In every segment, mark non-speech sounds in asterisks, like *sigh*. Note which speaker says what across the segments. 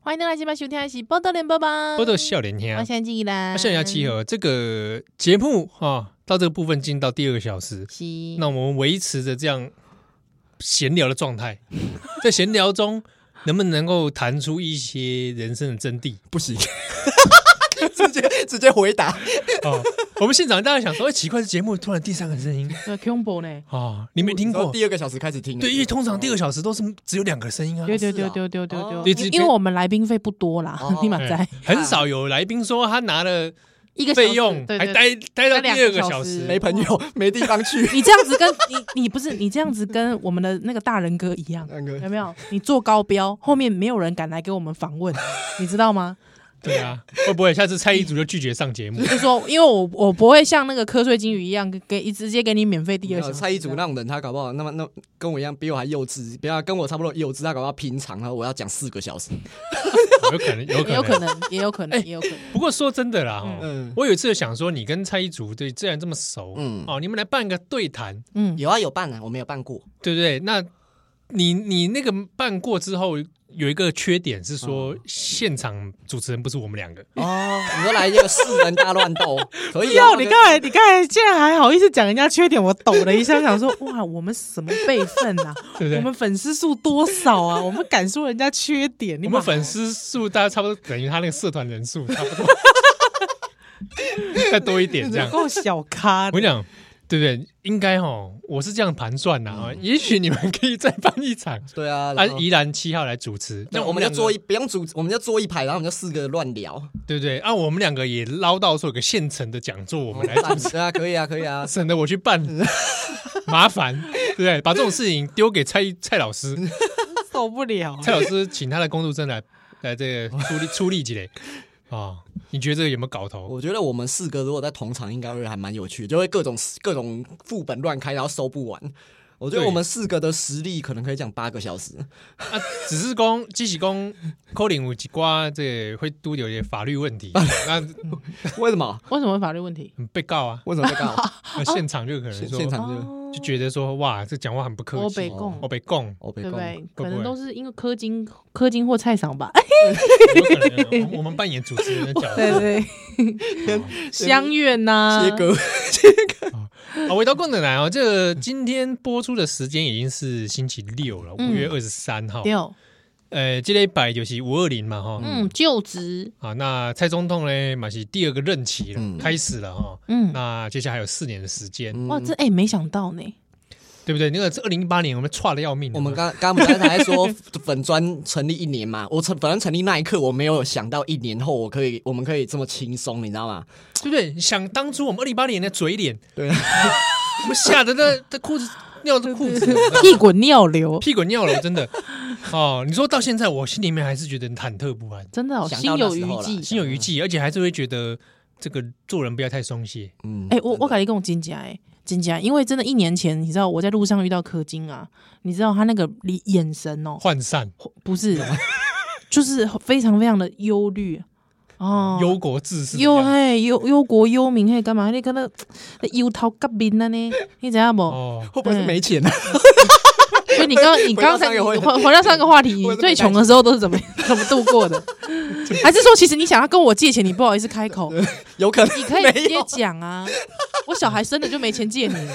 Speaker 1: 欢迎大家今晚收听的是《报道联播吧》，
Speaker 2: 波特笑脸天
Speaker 1: 我
Speaker 2: 啊，
Speaker 1: 现在记啦，
Speaker 2: 那笑脸要集合这个节目哈、到这个部分进到第二个小时，
Speaker 1: 是，
Speaker 2: 那我们维持着这样闲聊的状
Speaker 1: *laughs*
Speaker 2: 态，在闲聊中能不能够谈出一些人生的真谛 *laughs*
Speaker 3: 不行，直接直接回答。
Speaker 2: 哦？我们现场大家想说，哎，奇怪，这节目突然第三个声音
Speaker 1: 那 combo 呢？
Speaker 2: 哦，你没听
Speaker 3: 你说
Speaker 2: 过？
Speaker 3: 第二个小时开始听了，
Speaker 2: 对，因为通常第二个小时都是只有两个声音啊，
Speaker 1: 对对
Speaker 3: 是
Speaker 1: 对
Speaker 3: 啊
Speaker 1: 对对对
Speaker 3: 哦
Speaker 1: 对
Speaker 2: 你
Speaker 1: 对，
Speaker 2: 直
Speaker 1: 因为我们来宾费不多啦 *laughs*
Speaker 3: 哦，
Speaker 1: 立马
Speaker 2: 哎
Speaker 1: 在
Speaker 2: 很少有来宾说他拿了
Speaker 1: 一个小时
Speaker 2: 费用
Speaker 1: 对
Speaker 2: 还
Speaker 1: 对对
Speaker 2: 待待
Speaker 1: 待
Speaker 2: 到第
Speaker 1: 两
Speaker 2: 二
Speaker 1: 个
Speaker 2: 个
Speaker 1: 小
Speaker 2: 小
Speaker 1: 时。
Speaker 2: 时，啊
Speaker 3: 没朋
Speaker 2: *laughs*
Speaker 3: 友，没地方去
Speaker 1: 你这样子跟你你不是你这样子跟我们的那个大人哥一
Speaker 2: *laughs*
Speaker 1: 样，啊
Speaker 3: 那个
Speaker 1: 有没有？你做高标，后面没有人敢来给我们访问， *laughs* 你知道吗？
Speaker 2: 对啊，会不会下次蔡依祖就拒绝上节 *laughs* 目？
Speaker 1: 就说因为我我不会像那个瞌睡金鱼一样给给直接给你免费第二小时。
Speaker 3: 蔡一祖那种人，他搞不好那么那跟我一样，比我还幼稚，比他跟我差不多幼稚，他搞不好平常，然后我要讲四个小时。
Speaker 2: 有可能，有可
Speaker 1: 也有
Speaker 2: 能哎
Speaker 1: 可。能，也有可能，也有可能。
Speaker 2: 不过说真的啦，哈，
Speaker 3: 嗯
Speaker 2: 我有一次想说，你跟蔡依竹对既然这么熟，
Speaker 3: 嗯，
Speaker 2: 哦，你们来办个对谈，
Speaker 1: 嗯，
Speaker 3: 有啊有办啊，我没有办过。
Speaker 2: 对不对？那你你那个办过之后，有一个缺点是说，现场主持人不是我们两个，
Speaker 3: 哦，你说来一个四人大乱
Speaker 2: *laughs*
Speaker 3: 斗，可
Speaker 1: 不
Speaker 2: 哎
Speaker 3: 以啊？
Speaker 1: 要！你刚才，你刚才竟然还好意思讲人家缺点，我抖了一下，
Speaker 2: *laughs*
Speaker 1: 想说哇，我们什么辈分啊？
Speaker 2: 对不
Speaker 1: 我
Speaker 2: 对？
Speaker 1: 们粉丝数多少啊？我们敢说人家缺点？你
Speaker 2: 我
Speaker 1: 妈
Speaker 2: 们粉丝数大概差不多等于他那个社团人数差 *laughs* 不多，再多一点这样 *laughs*
Speaker 1: 不。够小咖
Speaker 2: 我
Speaker 1: 的
Speaker 2: 跟你讲，对不对？应该哦，我是这样盘算的啊，也许你们可以再办一场，
Speaker 3: 对啊，
Speaker 2: 按
Speaker 3: 然后
Speaker 2: 宜兰七号来主持，
Speaker 3: 那
Speaker 2: 那
Speaker 3: 我们
Speaker 2: 两
Speaker 3: 就
Speaker 2: 个
Speaker 3: 坐一不用组，我们就坐一排，然后我们就四个乱聊。
Speaker 2: 对不对？啊，我们两个也捞到说有个现成的讲座，我们
Speaker 3: *laughs*
Speaker 2: 来主持，
Speaker 3: 对啊，可以啊，可以啊。
Speaker 2: 省得我去
Speaker 3: *laughs*
Speaker 2: 办，麻烦，对不对？把这种事情丢给蔡蔡老
Speaker 3: *laughs*
Speaker 2: 师，
Speaker 1: 受不了。
Speaker 2: 蔡老师请他的工作证来来这个出力出力几嘞啊？你觉得这个有没有搞头？
Speaker 3: 我觉得我们四个如果在同场，应该会还蛮有趣的，就会各种各种副本乱开，然后收不完。我觉得
Speaker 2: 对
Speaker 3: 我们四个的实力可能可以讲八个小 *laughs* 时。
Speaker 2: 啊，只是公只是公扣零有几瓜，这个会都有些法律问题，那
Speaker 3: 为什么？
Speaker 1: 为什么法律问题？
Speaker 2: 嗯被告啊，
Speaker 3: 为什么在干嘛？ *laughs*
Speaker 2: 那现场就可能
Speaker 3: 哦现
Speaker 2: 说
Speaker 3: 现场就
Speaker 1: 哦
Speaker 2: 就觉得说哇，这讲话很不客
Speaker 1: 我
Speaker 2: 气
Speaker 1: 北，共
Speaker 2: 我，被供，
Speaker 3: 哦我被
Speaker 1: 对不对？
Speaker 2: 不
Speaker 1: 可
Speaker 2: 会
Speaker 1: 能都是因为科金、科金或菜赏吧。
Speaker 2: 有可能啊
Speaker 1: *laughs*
Speaker 2: 我们我们扮演主持人的角色。
Speaker 1: 对对， *laughs* 相怨呐，
Speaker 3: 切割。
Speaker 2: 啊，回到共的来哦，这个今天播出的时间已经是星期六了，
Speaker 1: 嗯
Speaker 2: 五月二十三号。
Speaker 1: 六，
Speaker 2: 呃，这礼拜就是五二零嘛，哈、
Speaker 1: 哦嗯，就职，
Speaker 2: 啊，那蔡总统呢，嘛是第二个任期了，
Speaker 3: 嗯
Speaker 2: 开始了哈。
Speaker 1: 嗯，
Speaker 2: 那接下来还有四年的时间，
Speaker 3: 嗯
Speaker 1: 哇，这哎没想
Speaker 2: *laughs*
Speaker 1: 到呢，
Speaker 2: 对不对？那个二零一八年我们差的要命，
Speaker 3: 我们刚刚刚才还说粉砖成立一年嘛，我成粉砖成立那一刻，我没有想到一年后我可以，我们可以这么轻松，你知道吗？
Speaker 2: 对不对？想当初我们二零一八年的嘴脸，
Speaker 3: 对
Speaker 2: 啊， *laughs* 我们吓得那那裤子尿着裤子，
Speaker 1: 屁滚尿
Speaker 2: *laughs*
Speaker 1: 流，
Speaker 2: 屁滚尿了，真的。哦，你说到现在，我心里面还是觉得很忐忑不安，
Speaker 1: 真的哦
Speaker 3: 想
Speaker 1: 心
Speaker 3: 到那
Speaker 1: 有
Speaker 3: 时
Speaker 1: 余
Speaker 3: 候啦
Speaker 1: 悸。
Speaker 2: 心有余悸，而且还是会觉得这个做人不要太松懈。
Speaker 3: 嗯，
Speaker 1: 哎、我我感觉跟我金家哎，金家，因为真的，一年前你知道我在路上遇到柯金啊，你知道他那个离眼神哦、
Speaker 2: 涣散、
Speaker 1: 不是， *laughs* 就是非常非常的忧虑哦，啊
Speaker 2: 忧国自私的
Speaker 1: 忧
Speaker 2: 样子，
Speaker 1: 嘿忧忧国忧民嘿干嘛？你跟那那忧头革命了呢？你知道不？
Speaker 2: 哦，
Speaker 3: 会不会是没钱呢？
Speaker 1: 所以你
Speaker 3: *laughs*
Speaker 1: 刚你刚才
Speaker 3: 回到上
Speaker 1: 你
Speaker 3: 一个
Speaker 1: 回
Speaker 3: 话题
Speaker 1: 回到上个话题，你
Speaker 3: *laughs* 我真的
Speaker 1: 最穷的时候都是怎么 *laughs* 怎么度过
Speaker 3: *laughs*
Speaker 1: 的？还是说，其实你想要跟我借钱，你不好意思开
Speaker 3: *laughs*
Speaker 1: 口，
Speaker 3: *laughs* 有可能
Speaker 1: 你可以
Speaker 3: 没
Speaker 1: 直接
Speaker 3: 有。
Speaker 1: 讲啊。我小孩生了就没钱借你
Speaker 3: *laughs*
Speaker 1: 了，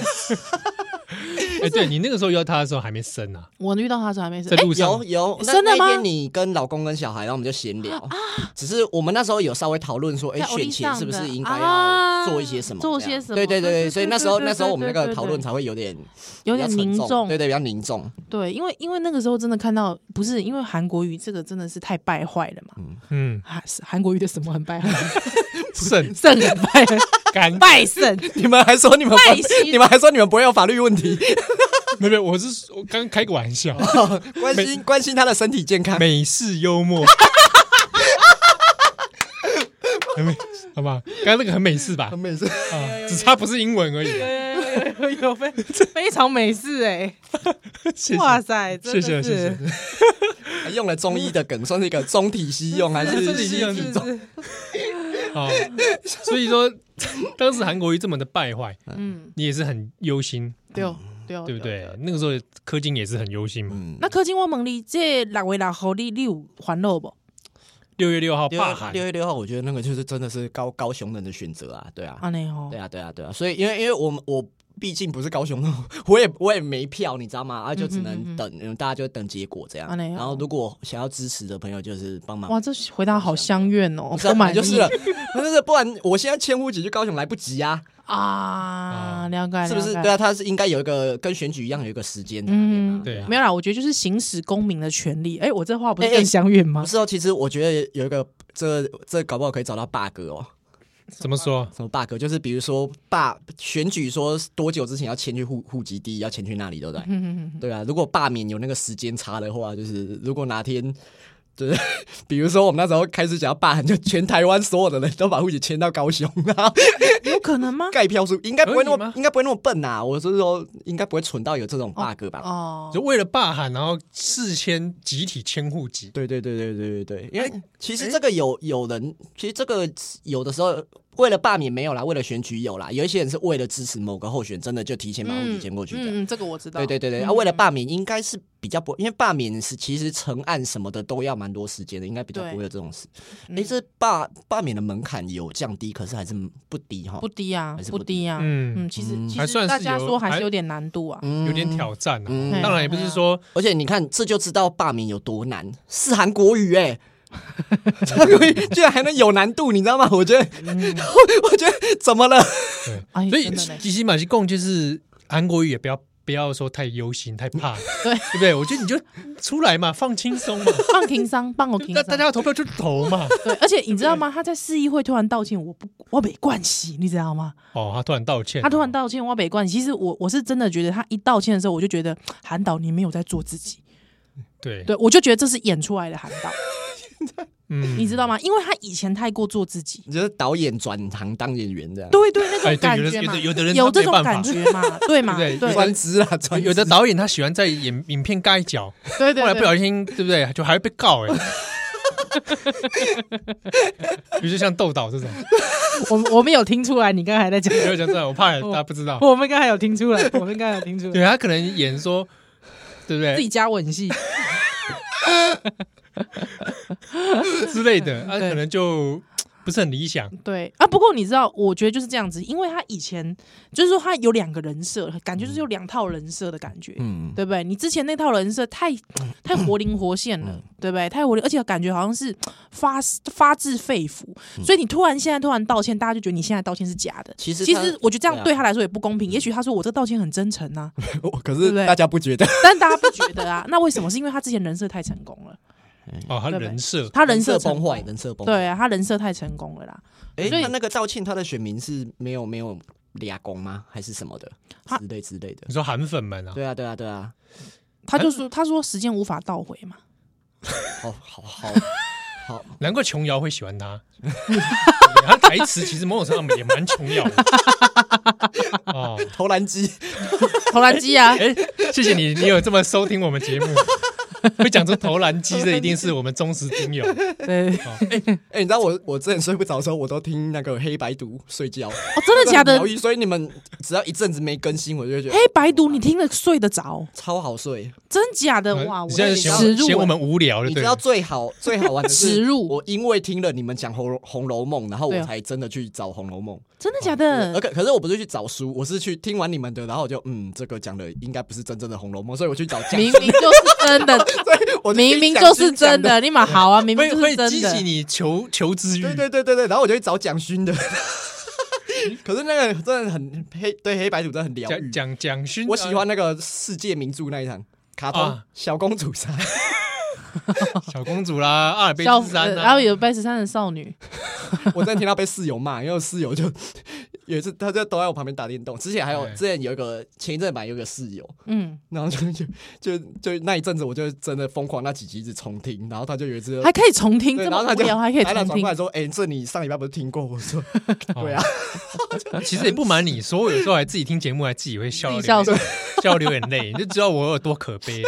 Speaker 2: 哎，对你那个时候邀他的时候还没生啊，
Speaker 1: 我遇到他的时候还没生
Speaker 2: 在。路
Speaker 3: 有
Speaker 2: 上
Speaker 3: 有，那
Speaker 1: 真的吗
Speaker 3: 那天你跟老公跟小孩，然后我们就闲聊，只是我们那时候有稍微讨论说，哎
Speaker 1: 在，欧
Speaker 3: 选
Speaker 1: 力上
Speaker 3: 前
Speaker 1: 的
Speaker 3: 是不是应该
Speaker 1: 啊
Speaker 3: 要做一些什么这
Speaker 1: 做
Speaker 3: 样？
Speaker 1: 些什么
Speaker 3: 对
Speaker 1: 对
Speaker 3: 对对
Speaker 1: 对
Speaker 3: 对，所以
Speaker 1: 对
Speaker 3: 那时候 *laughs*
Speaker 1: 对
Speaker 3: 那时候
Speaker 1: 对
Speaker 3: 我们那
Speaker 1: 对对
Speaker 3: 个讨论
Speaker 1: 对
Speaker 3: 才会有点
Speaker 1: 有
Speaker 3: 比较
Speaker 1: 点
Speaker 3: 沉
Speaker 1: 凝
Speaker 3: 重
Speaker 1: 重
Speaker 3: 对，对，比较凝重。
Speaker 1: 对，因为因为那个时候真的看到，不是因为韩国瑜这个真的是太败坏了嘛，
Speaker 2: 嗯，
Speaker 1: 韩、韩国瑜的什么很败坏，
Speaker 2: 肾
Speaker 1: 肾很败坏， *laughs*
Speaker 2: 肝，
Speaker 1: 败肾，
Speaker 3: *laughs* 你们还说你们 *laughs*
Speaker 1: 拜西
Speaker 3: 不，你们还说你们不会有法律问题，
Speaker 2: 没有没有，我是我刚开个玩
Speaker 1: *laughs*
Speaker 2: 笑，
Speaker 3: *laughs* 关心关心他的身体健康。
Speaker 2: 美式幽
Speaker 1: *laughs*
Speaker 2: 默。很美，好吧，刚刚那个很美式吧，
Speaker 3: 没事，
Speaker 2: 啊，只差不是英文而已。
Speaker 1: 有有非非常美式哎、
Speaker 2: 谢谢
Speaker 1: 哇塞，
Speaker 2: *laughs* 谢
Speaker 1: 真
Speaker 2: 谢
Speaker 1: 的
Speaker 2: 谢
Speaker 1: 是
Speaker 2: 谢。
Speaker 3: 还用了中医的梗，算是一个中体西用还
Speaker 2: 是
Speaker 3: 是
Speaker 2: 是
Speaker 3: 西
Speaker 2: 是
Speaker 3: 体
Speaker 2: 是
Speaker 3: *laughs* 中？
Speaker 2: 啊，所
Speaker 1: *laughs*
Speaker 2: 以说当时韩国瑜这么的败坏，
Speaker 1: 嗯，
Speaker 2: 你也是很忧心，
Speaker 1: 对哦对哦
Speaker 2: 对不？对？那个时候柯金也是很忧心嘛，
Speaker 3: 嗯，
Speaker 1: 那柯金我问你，这六月六号你你有烦恼不？
Speaker 2: 六月六号
Speaker 3: 六
Speaker 2: 罢
Speaker 3: 月
Speaker 2: 韩
Speaker 3: 六，月六号，我觉得那个就是真的是高高雄人的选择啊，对啊，
Speaker 1: 啊内吼
Speaker 3: 对，啊，对啊，对啊，所以因为因为我们我毕竟不是高雄的，我也我也没票，你知道吗？啊，就只
Speaker 1: 嗯哼嗯
Speaker 3: 能
Speaker 1: 哼
Speaker 3: 等，嗯大家就等结果这样
Speaker 1: 啊。那样
Speaker 3: 然后如果想要支持的朋友，就是帮忙。
Speaker 1: 哇，这回答好相怨哦，
Speaker 3: 这
Speaker 1: 不满意
Speaker 3: 就是了，那就是不然我现在迁户籍去高雄来不
Speaker 1: *laughs*
Speaker 3: 及啊，
Speaker 1: 啊，了解，
Speaker 3: 是不是？
Speaker 1: 了解
Speaker 3: 对啊，他是应该有一个跟选举一样有一个时间在那边啊
Speaker 1: 嗯，
Speaker 2: 对啊
Speaker 1: 没有啦，我觉得就是行使公民的权利。哎，我这话不是
Speaker 3: 哎哎
Speaker 1: 更相怨吗
Speaker 3: 不？是哦，其实我觉得有一个这这搞不好可以找到 bug 哦，
Speaker 2: 怎么说？
Speaker 3: 什么 bug？就是比如说罢选举说多久之前要迁去户户籍地，要迁去那里，对不对？
Speaker 1: 嗯
Speaker 3: 对啊，如果罢免有那个时间差的话，就是如果哪天。就是 *laughs* 比如说，我们那时候开始想要罢韩，就全台湾所有的人都把户籍迁到高雄，然后
Speaker 1: 有可能吗？
Speaker 3: 盖票数应该不会那
Speaker 2: 可以
Speaker 3: 么
Speaker 2: 吗
Speaker 3: 应该不会那么笨呐、我是说，应该不会蠢到有这种 bug 吧？
Speaker 1: 哦，
Speaker 2: 就为了罢韩，然后事先集体迁户籍，
Speaker 3: 对对对对对对对，因
Speaker 1: 哎
Speaker 3: 为其实这个有有人，其实这个有的时候为了罢免没有啦，为了选举有啦，有一些人是为了支持某个候选，真的就提前把户籍迁过去的。
Speaker 1: 嗯嗯，这个我知道。
Speaker 3: 对对对对，
Speaker 1: 嗯
Speaker 3: 啊，为了罢免应该是比较不，因为罢免是其实成案什么的都要蛮多时间的，应该比较
Speaker 1: 对
Speaker 3: 不会有这种事。
Speaker 1: 嗯
Speaker 3: 哎，这罢罢免的门槛有降低，可是还是不低哈
Speaker 1: 不，低啊
Speaker 3: 还，是
Speaker 1: 不
Speaker 3: 不
Speaker 1: 低啊。
Speaker 2: 嗯，
Speaker 1: 嗯，其实
Speaker 3: 嗯
Speaker 1: 其
Speaker 2: 还算
Speaker 1: 实
Speaker 2: 是
Speaker 1: 大家
Speaker 2: 有
Speaker 1: 说还
Speaker 2: 还
Speaker 1: 是有点难度啊。
Speaker 3: 嗯
Speaker 2: 有点。挑战啊。
Speaker 3: 嗯
Speaker 2: 当然也不是说
Speaker 3: 而且你看，这就知道罢免有多难，是韩国语哎、 *laughs* 韩国语居然还能有难度，你知道吗？我觉得， *laughs* 我觉得怎么了？
Speaker 1: 哎，
Speaker 2: 所以
Speaker 1: 真的嘞
Speaker 2: 吉西马西贡就是韩国语也不要不要说太忧心太怕，
Speaker 1: *laughs* 对
Speaker 2: 对不对？我觉得你就出来嘛，放轻松
Speaker 1: *laughs*
Speaker 2: 嘛，
Speaker 1: 棒情商，棒我情
Speaker 2: 大
Speaker 1: 商。
Speaker 2: 大家要嗯投票就投嘛。 *laughs*
Speaker 1: 对，而且你知道吗？他在市议会突然道歉，我不，我没关系，你知道吗？
Speaker 2: 哦，他突然道歉，
Speaker 1: 他突然道歉，我没关系。其实我我是真的觉得，他一道歉的时候，我就觉得韩导你没有在做自己，
Speaker 2: 对，
Speaker 1: 对我就觉得这是演出来的韩导，
Speaker 2: 嗯，
Speaker 1: 你知道吗？因为他以前太过做自己，
Speaker 3: 你觉得导演转行当演员这样？
Speaker 1: 对对，那种
Speaker 2: 哎对
Speaker 1: 感
Speaker 2: 有的
Speaker 1: 觉嘛，
Speaker 2: 有的有的人
Speaker 1: 有
Speaker 2: 他
Speaker 1: 这
Speaker 2: 没
Speaker 1: 种
Speaker 2: 办
Speaker 1: 感
Speaker 2: 法
Speaker 1: 觉嘛，对嘛？
Speaker 2: *laughs* 对
Speaker 1: 对
Speaker 2: 有
Speaker 3: 专职啊，专
Speaker 2: 有的导演他喜欢在影影片盖脚，
Speaker 1: 对对，
Speaker 2: 后来不
Speaker 1: 对
Speaker 2: 小心，对不对？就还会被告
Speaker 1: *laughs*
Speaker 2: 哎。比如说像豆导这种，
Speaker 1: 我们我们有听出来，你刚才在讲，
Speaker 2: 不要讲这样，我怕
Speaker 1: 哦
Speaker 2: 大家不知道。
Speaker 1: 我们刚才有听出来，我们刚才有听出来，
Speaker 2: 对他可能演说，对不
Speaker 1: 自
Speaker 2: 对
Speaker 1: 己加吻戏，
Speaker 2: 之类的，他
Speaker 1: 对
Speaker 2: 可能就不是很理想。
Speaker 1: 对啊。不过你知道，我觉得就是这样子，因为他以前就是说他有两个人设，感觉就是有两套人设的感觉。
Speaker 3: 嗯，
Speaker 1: 对不对？你之前那套人设太太活灵活现了，
Speaker 3: 嗯
Speaker 1: 对不对？太活灵，而且感觉好像是发发自肺腑，所以你突然现在突然道歉，大家就觉得你现在道歉是假的。
Speaker 3: 嗯其实
Speaker 1: 其
Speaker 3: 他
Speaker 1: 实我觉得这
Speaker 3: 对
Speaker 1: 样
Speaker 3: 啊
Speaker 1: 对他来说也不公平。也许他说我这道歉很真诚呐、
Speaker 3: 我
Speaker 1: 对
Speaker 3: 可是
Speaker 1: 不对
Speaker 3: 大家不觉得，
Speaker 1: 但大家不觉得
Speaker 3: *laughs*
Speaker 1: 啊？那为什么？是因为他之前人设太成功了，
Speaker 2: 哦，他
Speaker 1: 对不对
Speaker 2: 人设
Speaker 1: 他人
Speaker 3: 人
Speaker 1: 设
Speaker 3: 设
Speaker 1: 成
Speaker 3: 崩
Speaker 1: 功
Speaker 3: 坏，人设崩坏。
Speaker 1: 对啊，他人设太成功了啦。
Speaker 3: 哎，
Speaker 1: 所以
Speaker 3: 那那个道歉他的选民是没有没有俩公吗？还是什么的
Speaker 1: 他
Speaker 3: 之类之类 *laughs* 的？
Speaker 2: 你说韩粉们啊，
Speaker 3: 对啊，对啊，对啊，
Speaker 1: 他就说他说时间无法倒回嘛，
Speaker 3: 好好 *laughs* 好好，
Speaker 2: 难怪琼瑶会喜欢他。他台词其实某种程度上也蛮琼瑶的。哦，
Speaker 3: 投篮机，
Speaker 1: 投篮机
Speaker 3: *laughs*
Speaker 1: 啊，
Speaker 2: 哎，谢谢你，你有这么收听我们节目，会讲出投篮机的一定是我们忠实听友。
Speaker 1: 对，
Speaker 2: 哦哎，
Speaker 3: 哎、你知道我我之前睡不着的时候，我都听那个黑白读睡觉，
Speaker 1: 哦，真的假
Speaker 3: *laughs*
Speaker 1: 的
Speaker 3: 疗？愈。所以你们只要一阵子没更新，我就会觉得
Speaker 1: 黑白读你听了睡得着？
Speaker 3: 超好睡。
Speaker 1: 真假的？ *laughs* 哇，我
Speaker 2: 嗯你现在嫌
Speaker 1: 耻辱
Speaker 2: 我嫌
Speaker 1: 欸
Speaker 2: 我们无聊了，
Speaker 3: 你
Speaker 2: 对
Speaker 3: 知道最好最好玩的是，
Speaker 1: *laughs* 植入
Speaker 3: 我因为听了你们讲《红楼红楼梦》，然后
Speaker 1: 对啊嗯
Speaker 3: 我才真的去找《红楼梦
Speaker 1: 真的假》的
Speaker 2: 哦
Speaker 3: 而？可可是我不是去找书，我是去听完你们的，然后我就嗯，这个讲的应该不是真正的《红楼梦》，所以我去找讲
Speaker 1: 明明就是真的，
Speaker 3: *laughs* 我去
Speaker 1: 明明
Speaker 3: 听
Speaker 1: 就
Speaker 3: 蒋
Speaker 1: 是
Speaker 3: 勋讲
Speaker 1: 真
Speaker 3: 的。
Speaker 1: 的，你们好
Speaker 3: *laughs*
Speaker 1: 啊，明明
Speaker 2: 会
Speaker 1: 就是
Speaker 2: 会
Speaker 1: 真
Speaker 2: 激起
Speaker 1: 的。
Speaker 2: 你求求知欲。
Speaker 3: 对对对对对，然后我就去找蒋勋的。 *laughs* 可是那个真的很黑，对黑白组真的很疗愈
Speaker 2: 蒋。蒋蒋勋，
Speaker 3: 我喜欢那个世界名著那一场卡通
Speaker 2: 啊
Speaker 3: 小公主杀，
Speaker 2: 小公主啦，阿尔卑
Speaker 1: 小
Speaker 2: 斯
Speaker 1: 呃
Speaker 2: 山啊，
Speaker 1: 然后有拜十三的少女，
Speaker 3: 我真的听到被室友骂，因为我室友就有一次他就都在我旁边打电动。之前还有
Speaker 2: 对
Speaker 3: 之前有一个前一阵版有一个室友，
Speaker 1: 嗯，
Speaker 3: 然后就就就就那一阵子我就真的疯狂那几集一直重听，然后他就有一次就
Speaker 1: 还可以重听，
Speaker 3: 对
Speaker 1: 这
Speaker 3: 然
Speaker 1: 么
Speaker 3: 后他
Speaker 1: 无
Speaker 3: 就
Speaker 1: 聊还可以
Speaker 3: 他
Speaker 1: 重
Speaker 3: 转过来
Speaker 1: 听。
Speaker 3: 说：“哎、这你上礼拜不是听过？”我说：“
Speaker 2: 哦
Speaker 3: 对啊。
Speaker 2: *laughs* 其实也不瞒你说，我有时候还自己听节目，还自己会笑
Speaker 1: 自
Speaker 2: 到
Speaker 1: 己
Speaker 2: 流
Speaker 1: 笑
Speaker 2: 眼，笑到流眼泪，你就知道我有多可悲。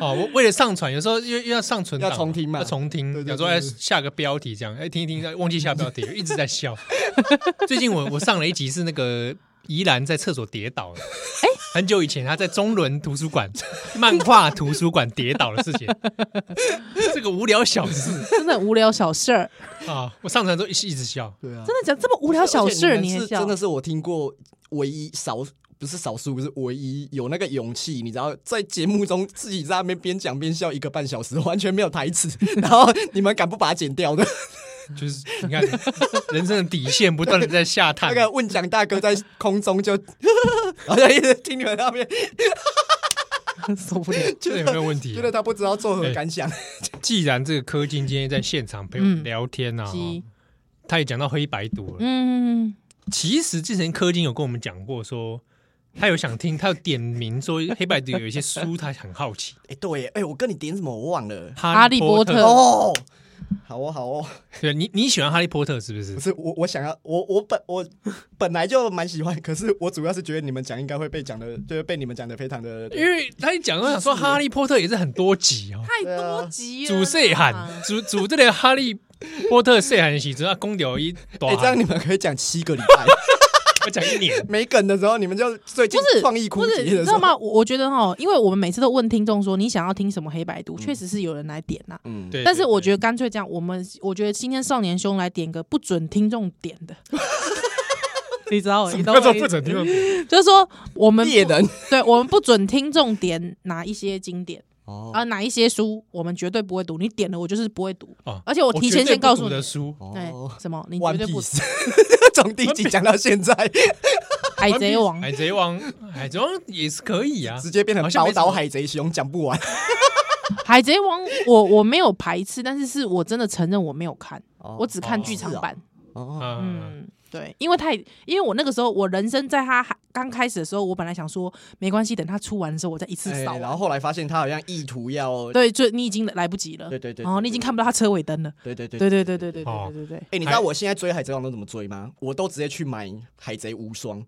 Speaker 2: 哦，我为了上传，有时候又又要上存档，
Speaker 3: 要重听嘛
Speaker 2: 要重听
Speaker 3: 对，对
Speaker 2: 有时候
Speaker 3: 对
Speaker 2: 要
Speaker 3: 对对
Speaker 2: 下个标题这样，哎，听一听，忘记下标题，一直在 *laughs* 笑。最近我我上了一集是那个宜兰在厕所跌倒的，哎，很久以前他在中伦图书馆漫画图书馆跌倒的事情， *laughs* 这个无聊小事
Speaker 1: 真的很无聊小事儿，
Speaker 2: 啊，我上传都一一直笑。
Speaker 3: *laughs* 对啊，
Speaker 1: 真的讲这么无聊小事儿，
Speaker 3: 而且你
Speaker 1: 还
Speaker 3: 们是
Speaker 1: 笑
Speaker 3: 真？的是我听过唯一少，不是少数，是唯一有那个勇气，你知道，在节目中自己在那边边讲边笑一个半小时，完全没有台词， *laughs* 然后你们敢不把它剪掉的？
Speaker 2: 就是你看，人生的底线不断的在下探
Speaker 3: 那。个问蒋大哥在空中就， *laughs* 然后就一直听你们那边，
Speaker 1: 受不了，
Speaker 2: 这有没有问题啊
Speaker 3: 觉？得他不知道作何感想。
Speaker 2: 既然这个柯金今天在现场陪我们聊天啊，
Speaker 1: 鸡
Speaker 2: 他也讲到黑白读了。
Speaker 1: 嗯，
Speaker 2: 其实之前柯金有跟我们讲过说。他有想听，他有点名说黑白读有一些书，他很好奇。
Speaker 3: 哎、对耶，哎、我跟你点什么我忘了。
Speaker 1: *laughs* 哈利波特
Speaker 3: 哦，好哦，好哦，
Speaker 2: 对你你喜欢哈利波特是不是
Speaker 3: 不？是我，我想要，我我本我本来就蛮喜欢，可是我主要是觉得你们讲应该会被讲的，就是被你们讲的非常的哎
Speaker 2: 因为他一讲，我想说哈利波特也是很多集哦，
Speaker 1: 太多集了啦，
Speaker 2: 主谁喊主主这个哈利波特谁喊戏，主要公屌一
Speaker 3: 哎、
Speaker 2: 短
Speaker 3: 这样你们可以讲七个礼拜，
Speaker 2: 我讲一年，
Speaker 3: 没梗的时候，你们就最近
Speaker 1: 不是
Speaker 3: 创意枯
Speaker 1: 不是，你
Speaker 3: 竭的
Speaker 1: 知
Speaker 3: 时
Speaker 1: 道
Speaker 3: 候，
Speaker 1: 吗？我我觉得哈，因为我们每次都问听众说你想要听什么黑白读，确实是有人来点呐。
Speaker 3: 嗯，
Speaker 2: 对。
Speaker 1: 但是我
Speaker 2: 得
Speaker 1: 觉得干脆这样，我们我觉得今天少年兄来点个不准听众点的， *laughs* 你知道我，你嗯懂
Speaker 2: 那
Speaker 1: 我
Speaker 2: 种
Speaker 1: 意
Speaker 2: 不
Speaker 1: 思，
Speaker 2: 准听，
Speaker 1: 就是说我们
Speaker 3: 猎
Speaker 1: 不
Speaker 3: 人
Speaker 1: 对我们不准听众点哪一些经典
Speaker 3: 哦
Speaker 1: 啊，哪一些书我们绝对不会读，你点了我就是不会读
Speaker 2: 哦，
Speaker 1: 而且我提前先告诉
Speaker 2: 我绝对不读的
Speaker 1: 你。
Speaker 2: 书，
Speaker 1: 对
Speaker 3: 哦，
Speaker 1: 什么？你
Speaker 3: 《
Speaker 1: 绝
Speaker 3: One
Speaker 1: 对不
Speaker 3: Piece 从第一集讲到现在，
Speaker 1: 海贼王，
Speaker 2: 海贼王，海贼王也是可以啊
Speaker 3: 直。接变成
Speaker 2: 好像
Speaker 3: 宝
Speaker 2: 没什么
Speaker 3: 岛海贼熊，讲不完
Speaker 1: 海贼王我我没有排斥，但是是我真的承认我没有看，
Speaker 3: 哦
Speaker 1: 我只看剧场版。
Speaker 3: 哦。
Speaker 2: 嗯，
Speaker 1: 嗯，对，因为太，因为我那个时候，我人生在他还刚开始的时候，我本来想说没关系，等他出完的时候，我再一次
Speaker 3: 哎
Speaker 1: 扫完。
Speaker 3: 然后后来发现他好像意图要，
Speaker 1: 对，就你已经来不及了，
Speaker 3: 对对对
Speaker 1: 然后你已经看不到他车尾灯了，
Speaker 3: 对对对
Speaker 1: 对对对对对对
Speaker 2: 哦
Speaker 1: 对对对，
Speaker 3: 哎、你知道我现在追海贼王都怎么追吗？我都直接去买海贼无双，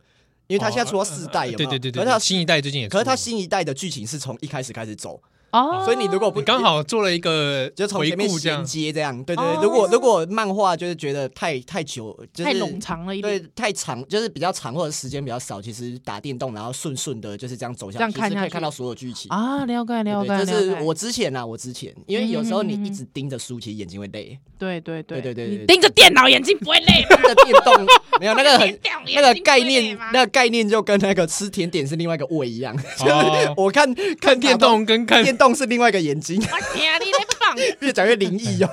Speaker 3: 因为他现在出到四
Speaker 1: 哦
Speaker 3: 代有没
Speaker 2: 对
Speaker 3: 有？
Speaker 2: 对对
Speaker 3: 可是他
Speaker 2: 对，新一代最近也出
Speaker 3: 可
Speaker 2: 了，
Speaker 3: 是他新一代的剧情是从一开始开始走，
Speaker 1: 哦，
Speaker 3: 所以你如果不
Speaker 2: 你刚好做了一个
Speaker 3: 就从
Speaker 2: 回
Speaker 3: 前面
Speaker 2: 顾这
Speaker 3: 衔
Speaker 2: 样，
Speaker 3: 接这样，对对
Speaker 1: 哦
Speaker 3: 对。如果如果漫画就是觉得太太久，就是
Speaker 1: 太冗长了一
Speaker 3: 对
Speaker 1: 点，，
Speaker 3: 太长就是比较长或者时间比较少，其实打电动然后顺顺的就是这样走下去，
Speaker 1: 这样看
Speaker 3: 其实可
Speaker 1: 下
Speaker 3: 以
Speaker 1: 去
Speaker 3: 看到所有剧情。
Speaker 1: 啊，了解了
Speaker 3: 对
Speaker 1: 解，
Speaker 3: 对，就是
Speaker 1: 了解
Speaker 3: 我之前啊，我之前，因为有时候
Speaker 1: 嗯
Speaker 3: 你
Speaker 1: 嗯嗯嗯
Speaker 3: 一直盯着书，其实眼睛会累。 *laughs*
Speaker 1: 对对对
Speaker 3: 对对对对
Speaker 1: 你盯着电脑眼睛不会累吗？
Speaker 3: 那个电动没有那个
Speaker 1: *laughs*
Speaker 3: 很
Speaker 1: 电脑眼睛
Speaker 3: 那个
Speaker 1: 不会
Speaker 3: 概
Speaker 1: 累
Speaker 3: 念
Speaker 1: 吗，
Speaker 3: 那个概念就跟那个吃甜点是另外一个胃一样， *laughs* 就是
Speaker 2: 哦
Speaker 3: 我看看
Speaker 2: 电
Speaker 3: 卡通
Speaker 2: 动跟看
Speaker 3: 电动是另外一个眼睛， *laughs*
Speaker 1: 我天，你在放， *laughs*
Speaker 3: 越讲越灵异哦。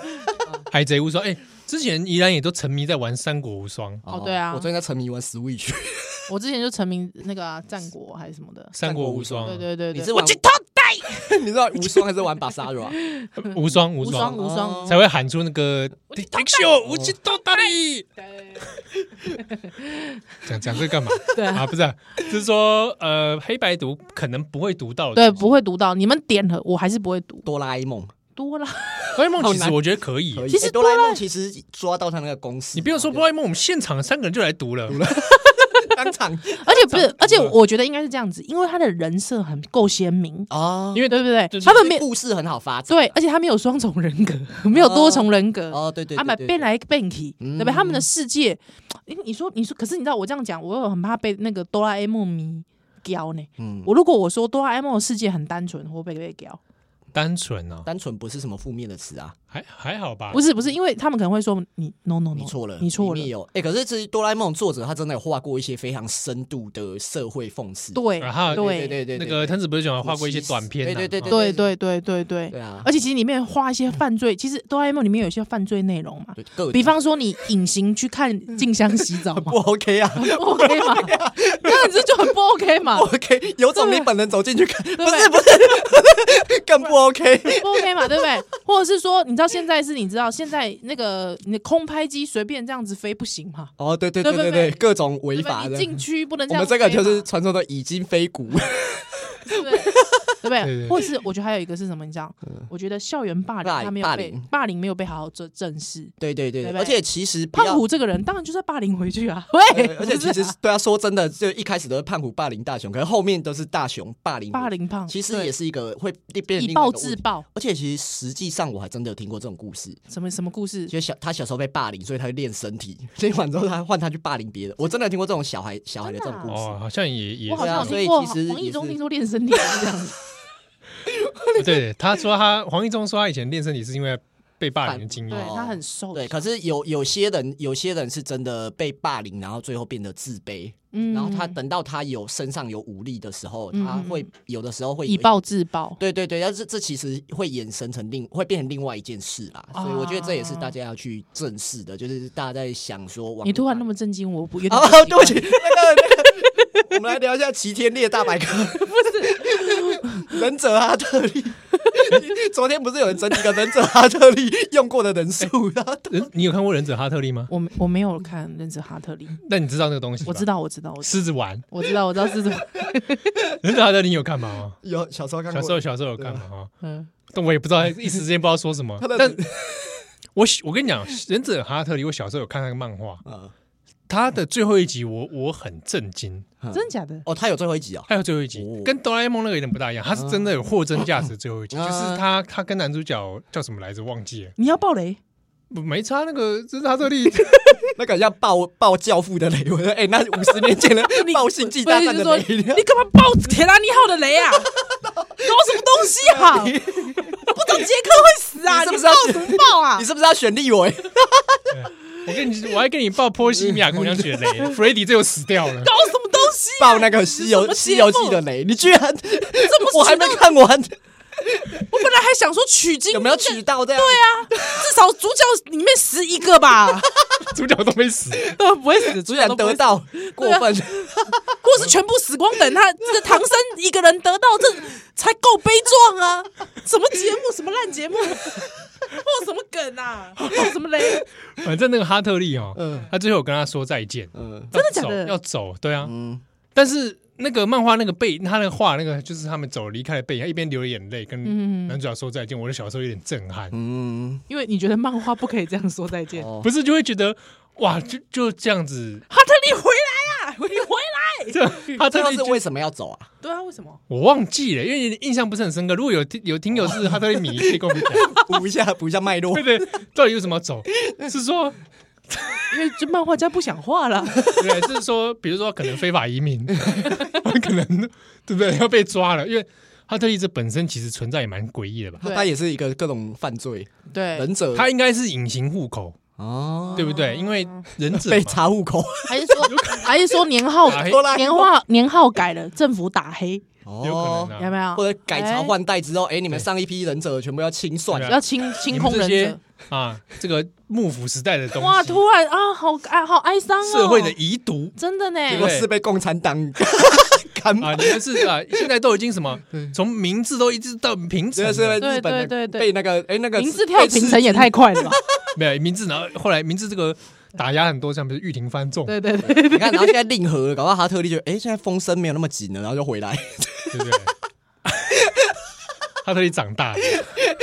Speaker 2: 海贼无双。哎，之前宜兰也都沉迷在玩三国无双，
Speaker 1: 哦对啊
Speaker 3: 我最近在沉迷玩 Switch，
Speaker 1: 我之前就沉迷那个啊战国还是什么的，
Speaker 2: 三国嗯无双，
Speaker 1: 对对对对，
Speaker 3: 你是
Speaker 1: 我
Speaker 3: 玩
Speaker 1: 去偷带
Speaker 3: 你知道无双还是玩巴萨罗
Speaker 1: *laughs*
Speaker 3: 啊？
Speaker 2: 无双无
Speaker 1: 无双
Speaker 2: 双
Speaker 1: 无双，
Speaker 3: 哦
Speaker 2: 才会喊出那个
Speaker 1: 我
Speaker 2: 敌
Speaker 1: 去
Speaker 2: 敌
Speaker 1: 偷
Speaker 2: 秀无极斗大力。
Speaker 1: 对
Speaker 2: 讲讲这干嘛？
Speaker 1: 对啊
Speaker 2: 啊，不是啊、就是说呃，黑白读可能不会读到的
Speaker 1: 对，
Speaker 2: 东西
Speaker 1: 不会读到，你们点了，我还是不会读，
Speaker 3: 哆啦 A 梦，
Speaker 1: 多啦。
Speaker 2: 哆啦 A 梦其
Speaker 3: 好
Speaker 2: 实
Speaker 3: 难
Speaker 2: 我觉得可以，啊
Speaker 3: 可以
Speaker 1: 其实
Speaker 3: 欸哆啦 A 梦其实抓到他那个公式，啊
Speaker 2: 你不要说哆啦 A 梦，我们现场三个人就来读了，
Speaker 1: *laughs*
Speaker 3: 当场
Speaker 1: *laughs* 而且不是，而且我觉得应该是这样子，因为他的人设很够鲜明，
Speaker 3: 啊，
Speaker 2: 因为
Speaker 1: 对不对
Speaker 2: 就？是
Speaker 1: 哦他们
Speaker 3: 因
Speaker 1: 没
Speaker 3: 为
Speaker 1: 有
Speaker 3: 故事很好发展。
Speaker 1: 对，而且他没有双重人格，没有多重人格。
Speaker 3: 哦，对对，
Speaker 1: 他们
Speaker 3: 对对
Speaker 1: 变来变去，对
Speaker 3: 嗯
Speaker 1: 不对？他们的世界，诶你说你说，可是你知道我这样讲，我又很怕被那个哆啦 A 梦迷屌呢。
Speaker 3: 嗯，
Speaker 1: 我如果我说哆啦 A 梦的世界很单纯，我会被被屌。
Speaker 2: 单纯哦，
Speaker 3: 单纯不是什么负面的词啊，
Speaker 2: 还还好吧
Speaker 1: 不。是不是，因为他们可能会说你 no no no，
Speaker 3: 你错了，
Speaker 1: 哦你错了
Speaker 3: 里面。有哎、可是其实哆啦 A 梦作者他真的有画过一些非常深度的社会讽刺，
Speaker 1: 对
Speaker 2: 然后
Speaker 1: 对
Speaker 3: 对对对
Speaker 2: 那个藤子不是讲画过一些短片啊，
Speaker 3: 对对对
Speaker 2: 哦
Speaker 1: 对对对对对
Speaker 3: 对啊，
Speaker 1: 而且其实里面画一些犯罪，其实哆啦 A 梦里面有一些犯罪内容嘛，
Speaker 3: 对各
Speaker 1: 比方说你隐形去看静香洗澡嘛
Speaker 3: *laughs* 不，
Speaker 1: *laughs*
Speaker 3: OK 啊，
Speaker 1: 不 OK
Speaker 3: *laughs*
Speaker 1: 嘛，这样子就很不 OK 嘛
Speaker 3: 不，OK，有种你本人走进去看，
Speaker 1: 对
Speaker 3: 不是不是， *laughs* 更不 OK，
Speaker 1: 不 OK 嘛，对不对？或者是说，你知道现在是你知道现在那个你空拍机随便这样子飞不行嘛，
Speaker 3: 哦，对对
Speaker 1: 对
Speaker 3: 对
Speaker 1: 对
Speaker 3: 对
Speaker 1: 对
Speaker 3: 对，各种
Speaker 1: 对
Speaker 3: 违
Speaker 1: 不
Speaker 3: 法
Speaker 1: 对？你
Speaker 3: 的。
Speaker 1: 禁区不能这
Speaker 3: 我
Speaker 1: 样
Speaker 3: 们
Speaker 1: 飞
Speaker 3: 这
Speaker 1: 嘛， *laughs*
Speaker 3: 个就是传说的已经非骨，
Speaker 1: 对不对？对不
Speaker 2: 对
Speaker 1: 对？
Speaker 2: 对
Speaker 1: 或者是我觉得还有一个是什么？你知道，我觉得校园霸凌
Speaker 3: 嗯霸凌
Speaker 1: 他没有
Speaker 3: 霸
Speaker 1: 被
Speaker 3: 凌
Speaker 1: 霸凌没有被好好正正视。
Speaker 3: 对对
Speaker 1: 对
Speaker 3: 对，对
Speaker 1: 不对
Speaker 3: 而且其实不
Speaker 1: 胖
Speaker 3: 要
Speaker 1: 虎这个人当然就是要霸凌回去啊，喂
Speaker 3: 对，而且其实对啊，说真的，就一开始都是胖虎霸凌大雄，可是后面都是大雄霸凌我
Speaker 1: 霸，凌胖，
Speaker 3: 其实也是一个会变
Speaker 1: 以
Speaker 3: 另外一
Speaker 1: 暴
Speaker 3: 个
Speaker 1: 制
Speaker 3: 问题。
Speaker 1: 暴，
Speaker 3: 而且其实实际上我还真的有听过这种故事，
Speaker 1: 什么什么故事？
Speaker 3: 就小他小时候被霸凌，所以他就练身体，练完之后他换他去霸凌别人。我真的有听过这种小孩小孩的这
Speaker 1: 啊
Speaker 3: 种故事，
Speaker 2: 哦，好像也也
Speaker 1: 我好
Speaker 2: 是
Speaker 1: 像有
Speaker 3: 对啊所
Speaker 1: 听
Speaker 3: 以
Speaker 1: 过
Speaker 3: 其实
Speaker 1: 黄
Speaker 3: 也
Speaker 1: 义中
Speaker 3: 是
Speaker 1: 听说练身体是这样子，
Speaker 3: *laughs*
Speaker 2: 对对，他说他黄一中说他以前练身体是因为被霸凌的经
Speaker 1: 对
Speaker 2: 验，
Speaker 3: 哦
Speaker 1: 他很瘦，
Speaker 3: 对。可是有有些人有些人是真的被霸凌，然后最后变得自卑，
Speaker 1: 嗯
Speaker 3: 然后他等到他有身上有武力的时候，
Speaker 1: 嗯
Speaker 3: 他
Speaker 1: 嗯
Speaker 3: 会有的时候会有
Speaker 1: 以
Speaker 3: 一
Speaker 1: 暴制暴，
Speaker 3: 对对对，但是这其实会衍生成另会变成另外一件事啦，所以我觉得这也是大家要去正视的，就是大家在想说网络
Speaker 1: 哦你突然那么震惊，我
Speaker 3: *laughs*
Speaker 1: 不有
Speaker 2: 哦
Speaker 1: 点
Speaker 3: 啊，
Speaker 1: 不习
Speaker 3: 对不
Speaker 1: 惯
Speaker 3: 起，那个那个，我 *laughs* 们来聊一下《齐天烈大百科》，不是忍者哈特利。昨天不是有人整理一个忍者哈特利用过的人数， *laughs* 然后
Speaker 2: 人嗯你有看过忍者哈特利吗？
Speaker 1: 我没我没有看《忍者哈特
Speaker 3: *laughs*
Speaker 1: 利》，
Speaker 2: 那你知道那个东西？
Speaker 1: 我知，道，我知道，我知
Speaker 2: 狮子丸， *laughs*
Speaker 1: 我知道，我知道是
Speaker 3: *laughs*
Speaker 1: 什么，
Speaker 2: 忍者哈特利你有看吗？哦
Speaker 3: 有小时候看
Speaker 2: 小
Speaker 3: 过，
Speaker 2: 时候小时候有看嘛哈，
Speaker 1: 嗯，
Speaker 2: 但我也不知道，一时之间不知道说什么
Speaker 3: 他。的
Speaker 2: 但我喜我跟你讲，《忍者哈特利》，我小时候有看那个漫画，
Speaker 3: 嗯
Speaker 2: 他的最后一集我我很震惊，
Speaker 1: *laughs* 真的假的？
Speaker 3: 哦，他有最后一集哦，
Speaker 2: 还有最后一集
Speaker 3: 哦
Speaker 2: 跟哆啦 A 梦那个有点不大一样，他是真的有货真价实的最后一集，
Speaker 3: 啊
Speaker 2: 就是他他跟男主角叫什么来着忘记了，
Speaker 1: 你要暴雷？
Speaker 2: 没差那个忍者哈特利，
Speaker 3: 那个像爆爆教父的雷，我说哎，那五十年前的
Speaker 1: *laughs*
Speaker 3: 爆星际
Speaker 1: 不
Speaker 3: 大
Speaker 1: 是，就
Speaker 3: 战
Speaker 1: 是
Speaker 3: 的
Speaker 1: 说
Speaker 3: 雷，
Speaker 1: 你干嘛爆铁达尼号的雷
Speaker 3: *laughs*
Speaker 1: 啊？搞什么东西啊？我不懂杰克会死啊？
Speaker 3: 你是
Speaker 1: 你
Speaker 3: 不是要
Speaker 1: 爆什么爆啊
Speaker 3: *laughs* 你？是不是要选立委？
Speaker 2: *laughs* 我跟你我还跟你报波西米亚狂想曲的雷，弗雷迪最后死掉了。
Speaker 1: 搞什么东西啊？
Speaker 3: 爆那个西
Speaker 1: 什
Speaker 3: 游
Speaker 1: 么
Speaker 3: 西
Speaker 1: 节目
Speaker 3: 游记的雷，你居然
Speaker 1: 这不是
Speaker 3: 我还没看完，
Speaker 1: 我本来还想说取经
Speaker 3: 有没有取到这样？
Speaker 1: 对啊，至少主角里面十一个吧，
Speaker 2: 主角都没死，
Speaker 1: 都 *laughs* 不会死，主
Speaker 3: 居然
Speaker 1: 都不
Speaker 3: 得
Speaker 1: 会啊死，
Speaker 3: 到过分，
Speaker 1: 或是全部死光等他这唐僧一个人得到，这才够悲壮啊！什么节目，什么烂节目，或什么梗啊，或什么雷，
Speaker 2: 反正那个哈特利哦，
Speaker 3: 嗯
Speaker 2: 他最后有跟他说再见，
Speaker 3: 嗯
Speaker 2: 真
Speaker 1: 的假的
Speaker 2: 要走，对啊。
Speaker 3: 嗯，
Speaker 2: 但是那个漫画那个背，他那个画那个就是他们走离开的背影，他一边流眼泪跟
Speaker 1: 嗯
Speaker 2: 男主角说再见。我的小时候有点震撼，
Speaker 3: 嗯，
Speaker 1: 因为你觉得漫画不可以这样说再见
Speaker 3: 哦
Speaker 2: 不是就会觉得哇，就就这样子，
Speaker 1: 哈特利回来啊，你回来！
Speaker 2: 这哈
Speaker 3: *laughs*
Speaker 2: 特
Speaker 3: 这又
Speaker 2: 利
Speaker 3: 是
Speaker 2: 就
Speaker 3: 为什么要走啊？
Speaker 1: 对啊，为什么？
Speaker 2: 我忘记了，因为印象不是很深刻。如果有听有听友是哈特利迷，可以跟我们讲，
Speaker 3: *laughs* 补一下补一下脉络 *laughs*
Speaker 2: *laughs* 对，对，到底为什么要走？是说
Speaker 1: 因为这漫画家不想画了，
Speaker 2: 对，就是说，比如说可能非法移
Speaker 3: *laughs*
Speaker 2: 民，可能对不对要被抓了，因为哈特利这本身其实存在也蛮诡异的吧？
Speaker 3: 他也是一个各种犯罪
Speaker 1: 对，
Speaker 3: 忍者，
Speaker 2: 他应该是隐形户口，
Speaker 3: 哦
Speaker 2: 对不对？因为忍者
Speaker 3: 被
Speaker 2: 嘛
Speaker 3: 查户口，
Speaker 1: 还是
Speaker 3: *laughs*
Speaker 1: 说还是说年号
Speaker 2: 打黑
Speaker 3: 哆啦 A
Speaker 1: 年
Speaker 3: 梦
Speaker 1: 号年号改了，政府打黑
Speaker 3: 哦
Speaker 2: 有可能
Speaker 1: 有
Speaker 2: 啊，
Speaker 1: 没有？
Speaker 3: 或者改朝
Speaker 1: 哎
Speaker 3: 换代之后，哎，你们上一批忍者全部要清算
Speaker 2: 对，啊
Speaker 1: 要清清
Speaker 2: 你
Speaker 1: 空
Speaker 2: 们这
Speaker 1: 忍
Speaker 2: 些
Speaker 1: 者。
Speaker 2: 啊，这个幕府时代的东
Speaker 1: 哇，
Speaker 2: 西，
Speaker 1: 突然啊，好啊，好哀伤哦，
Speaker 2: 社会的遗毒
Speaker 1: 真的呢，
Speaker 2: 对
Speaker 3: 结
Speaker 2: 不
Speaker 3: 果
Speaker 2: 对
Speaker 3: 是被共产党干嘛
Speaker 2: 啊，？你们是啊，现在都已经什么，从明治都一直到平
Speaker 3: *laughs* 这
Speaker 2: 成
Speaker 3: 个
Speaker 2: 了，
Speaker 3: 是被
Speaker 1: 对
Speaker 3: 日本
Speaker 1: 对对
Speaker 3: 的
Speaker 1: 对
Speaker 3: 被那个哎那个
Speaker 1: 名字跳平成也太快了吧？
Speaker 2: 没有明治，然后后来明治这个打压很多，像比如玉庭翻
Speaker 1: *laughs*
Speaker 2: 纵，
Speaker 1: 对对对，
Speaker 3: 你看，然后现在令和了，搞到哈特利就哎，现在风声没有那么紧了，然后就回 *laughs* 来。
Speaker 2: 对 *laughs* 不对？哈特利长大了，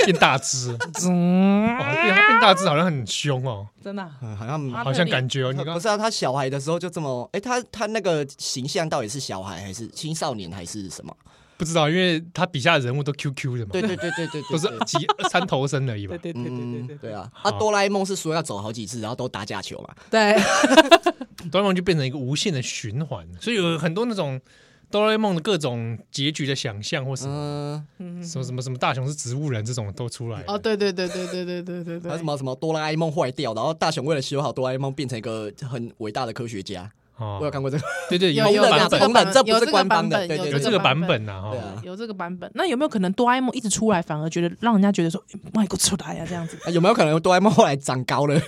Speaker 2: 变大只了，哇变他变大只好像很凶哦，
Speaker 1: 真的啊
Speaker 3: 嗯好
Speaker 1: 哈
Speaker 3: 像
Speaker 1: 特利
Speaker 2: 好像感觉哦，你
Speaker 3: 不
Speaker 2: 刚
Speaker 3: 是啊，他小孩的时候就这么，哎、他他那个形象到底是小孩还是青少年还是什么？
Speaker 2: 不知道，因为他笔下的人物都 QQ 的嘛，
Speaker 3: 对对对对对
Speaker 2: 都
Speaker 3: 对
Speaker 2: 是
Speaker 3: 对
Speaker 2: 几三头身而已吧
Speaker 1: 对。对对对
Speaker 3: 嗯
Speaker 1: 对对
Speaker 3: 对啊，啊，哆啦 A 梦是说要走好几次，然啊后都打假球嘛。
Speaker 1: 对，
Speaker 2: 哆啦 A 梦就变成一个无限的循环，所以有很多那种哆啦 A 梦的各种结局的想象或什么
Speaker 3: 嗯，
Speaker 2: 什么什么什么大雄是植物人这种都出来了
Speaker 1: 哦，对对对对对对对对
Speaker 3: 还有什
Speaker 1: 对，
Speaker 3: 么什么哆啦 A 梦坏掉，然后大雄为了修好哆啦 A 梦，变成一个很伟大的科学家。
Speaker 2: 哦
Speaker 3: 我有看过这个，
Speaker 2: 对对
Speaker 1: 有
Speaker 2: 有
Speaker 1: 有
Speaker 2: 这个
Speaker 1: 有这
Speaker 2: 版本
Speaker 1: 个版
Speaker 3: 红本这不是
Speaker 1: 有这个
Speaker 3: 官
Speaker 1: 版
Speaker 3: 方的
Speaker 1: 本，
Speaker 3: 对对
Speaker 2: 有
Speaker 1: 有
Speaker 2: 这个版本啊，
Speaker 3: 对
Speaker 2: 哦
Speaker 3: 啊，
Speaker 1: 有这个版本。那有没有可能哆啦 A 梦一直出来，反而觉得让人家觉得说哎迈过出来啊这样子？
Speaker 3: 啊有没有可能哆啦 A 梦后来长高了？ *laughs*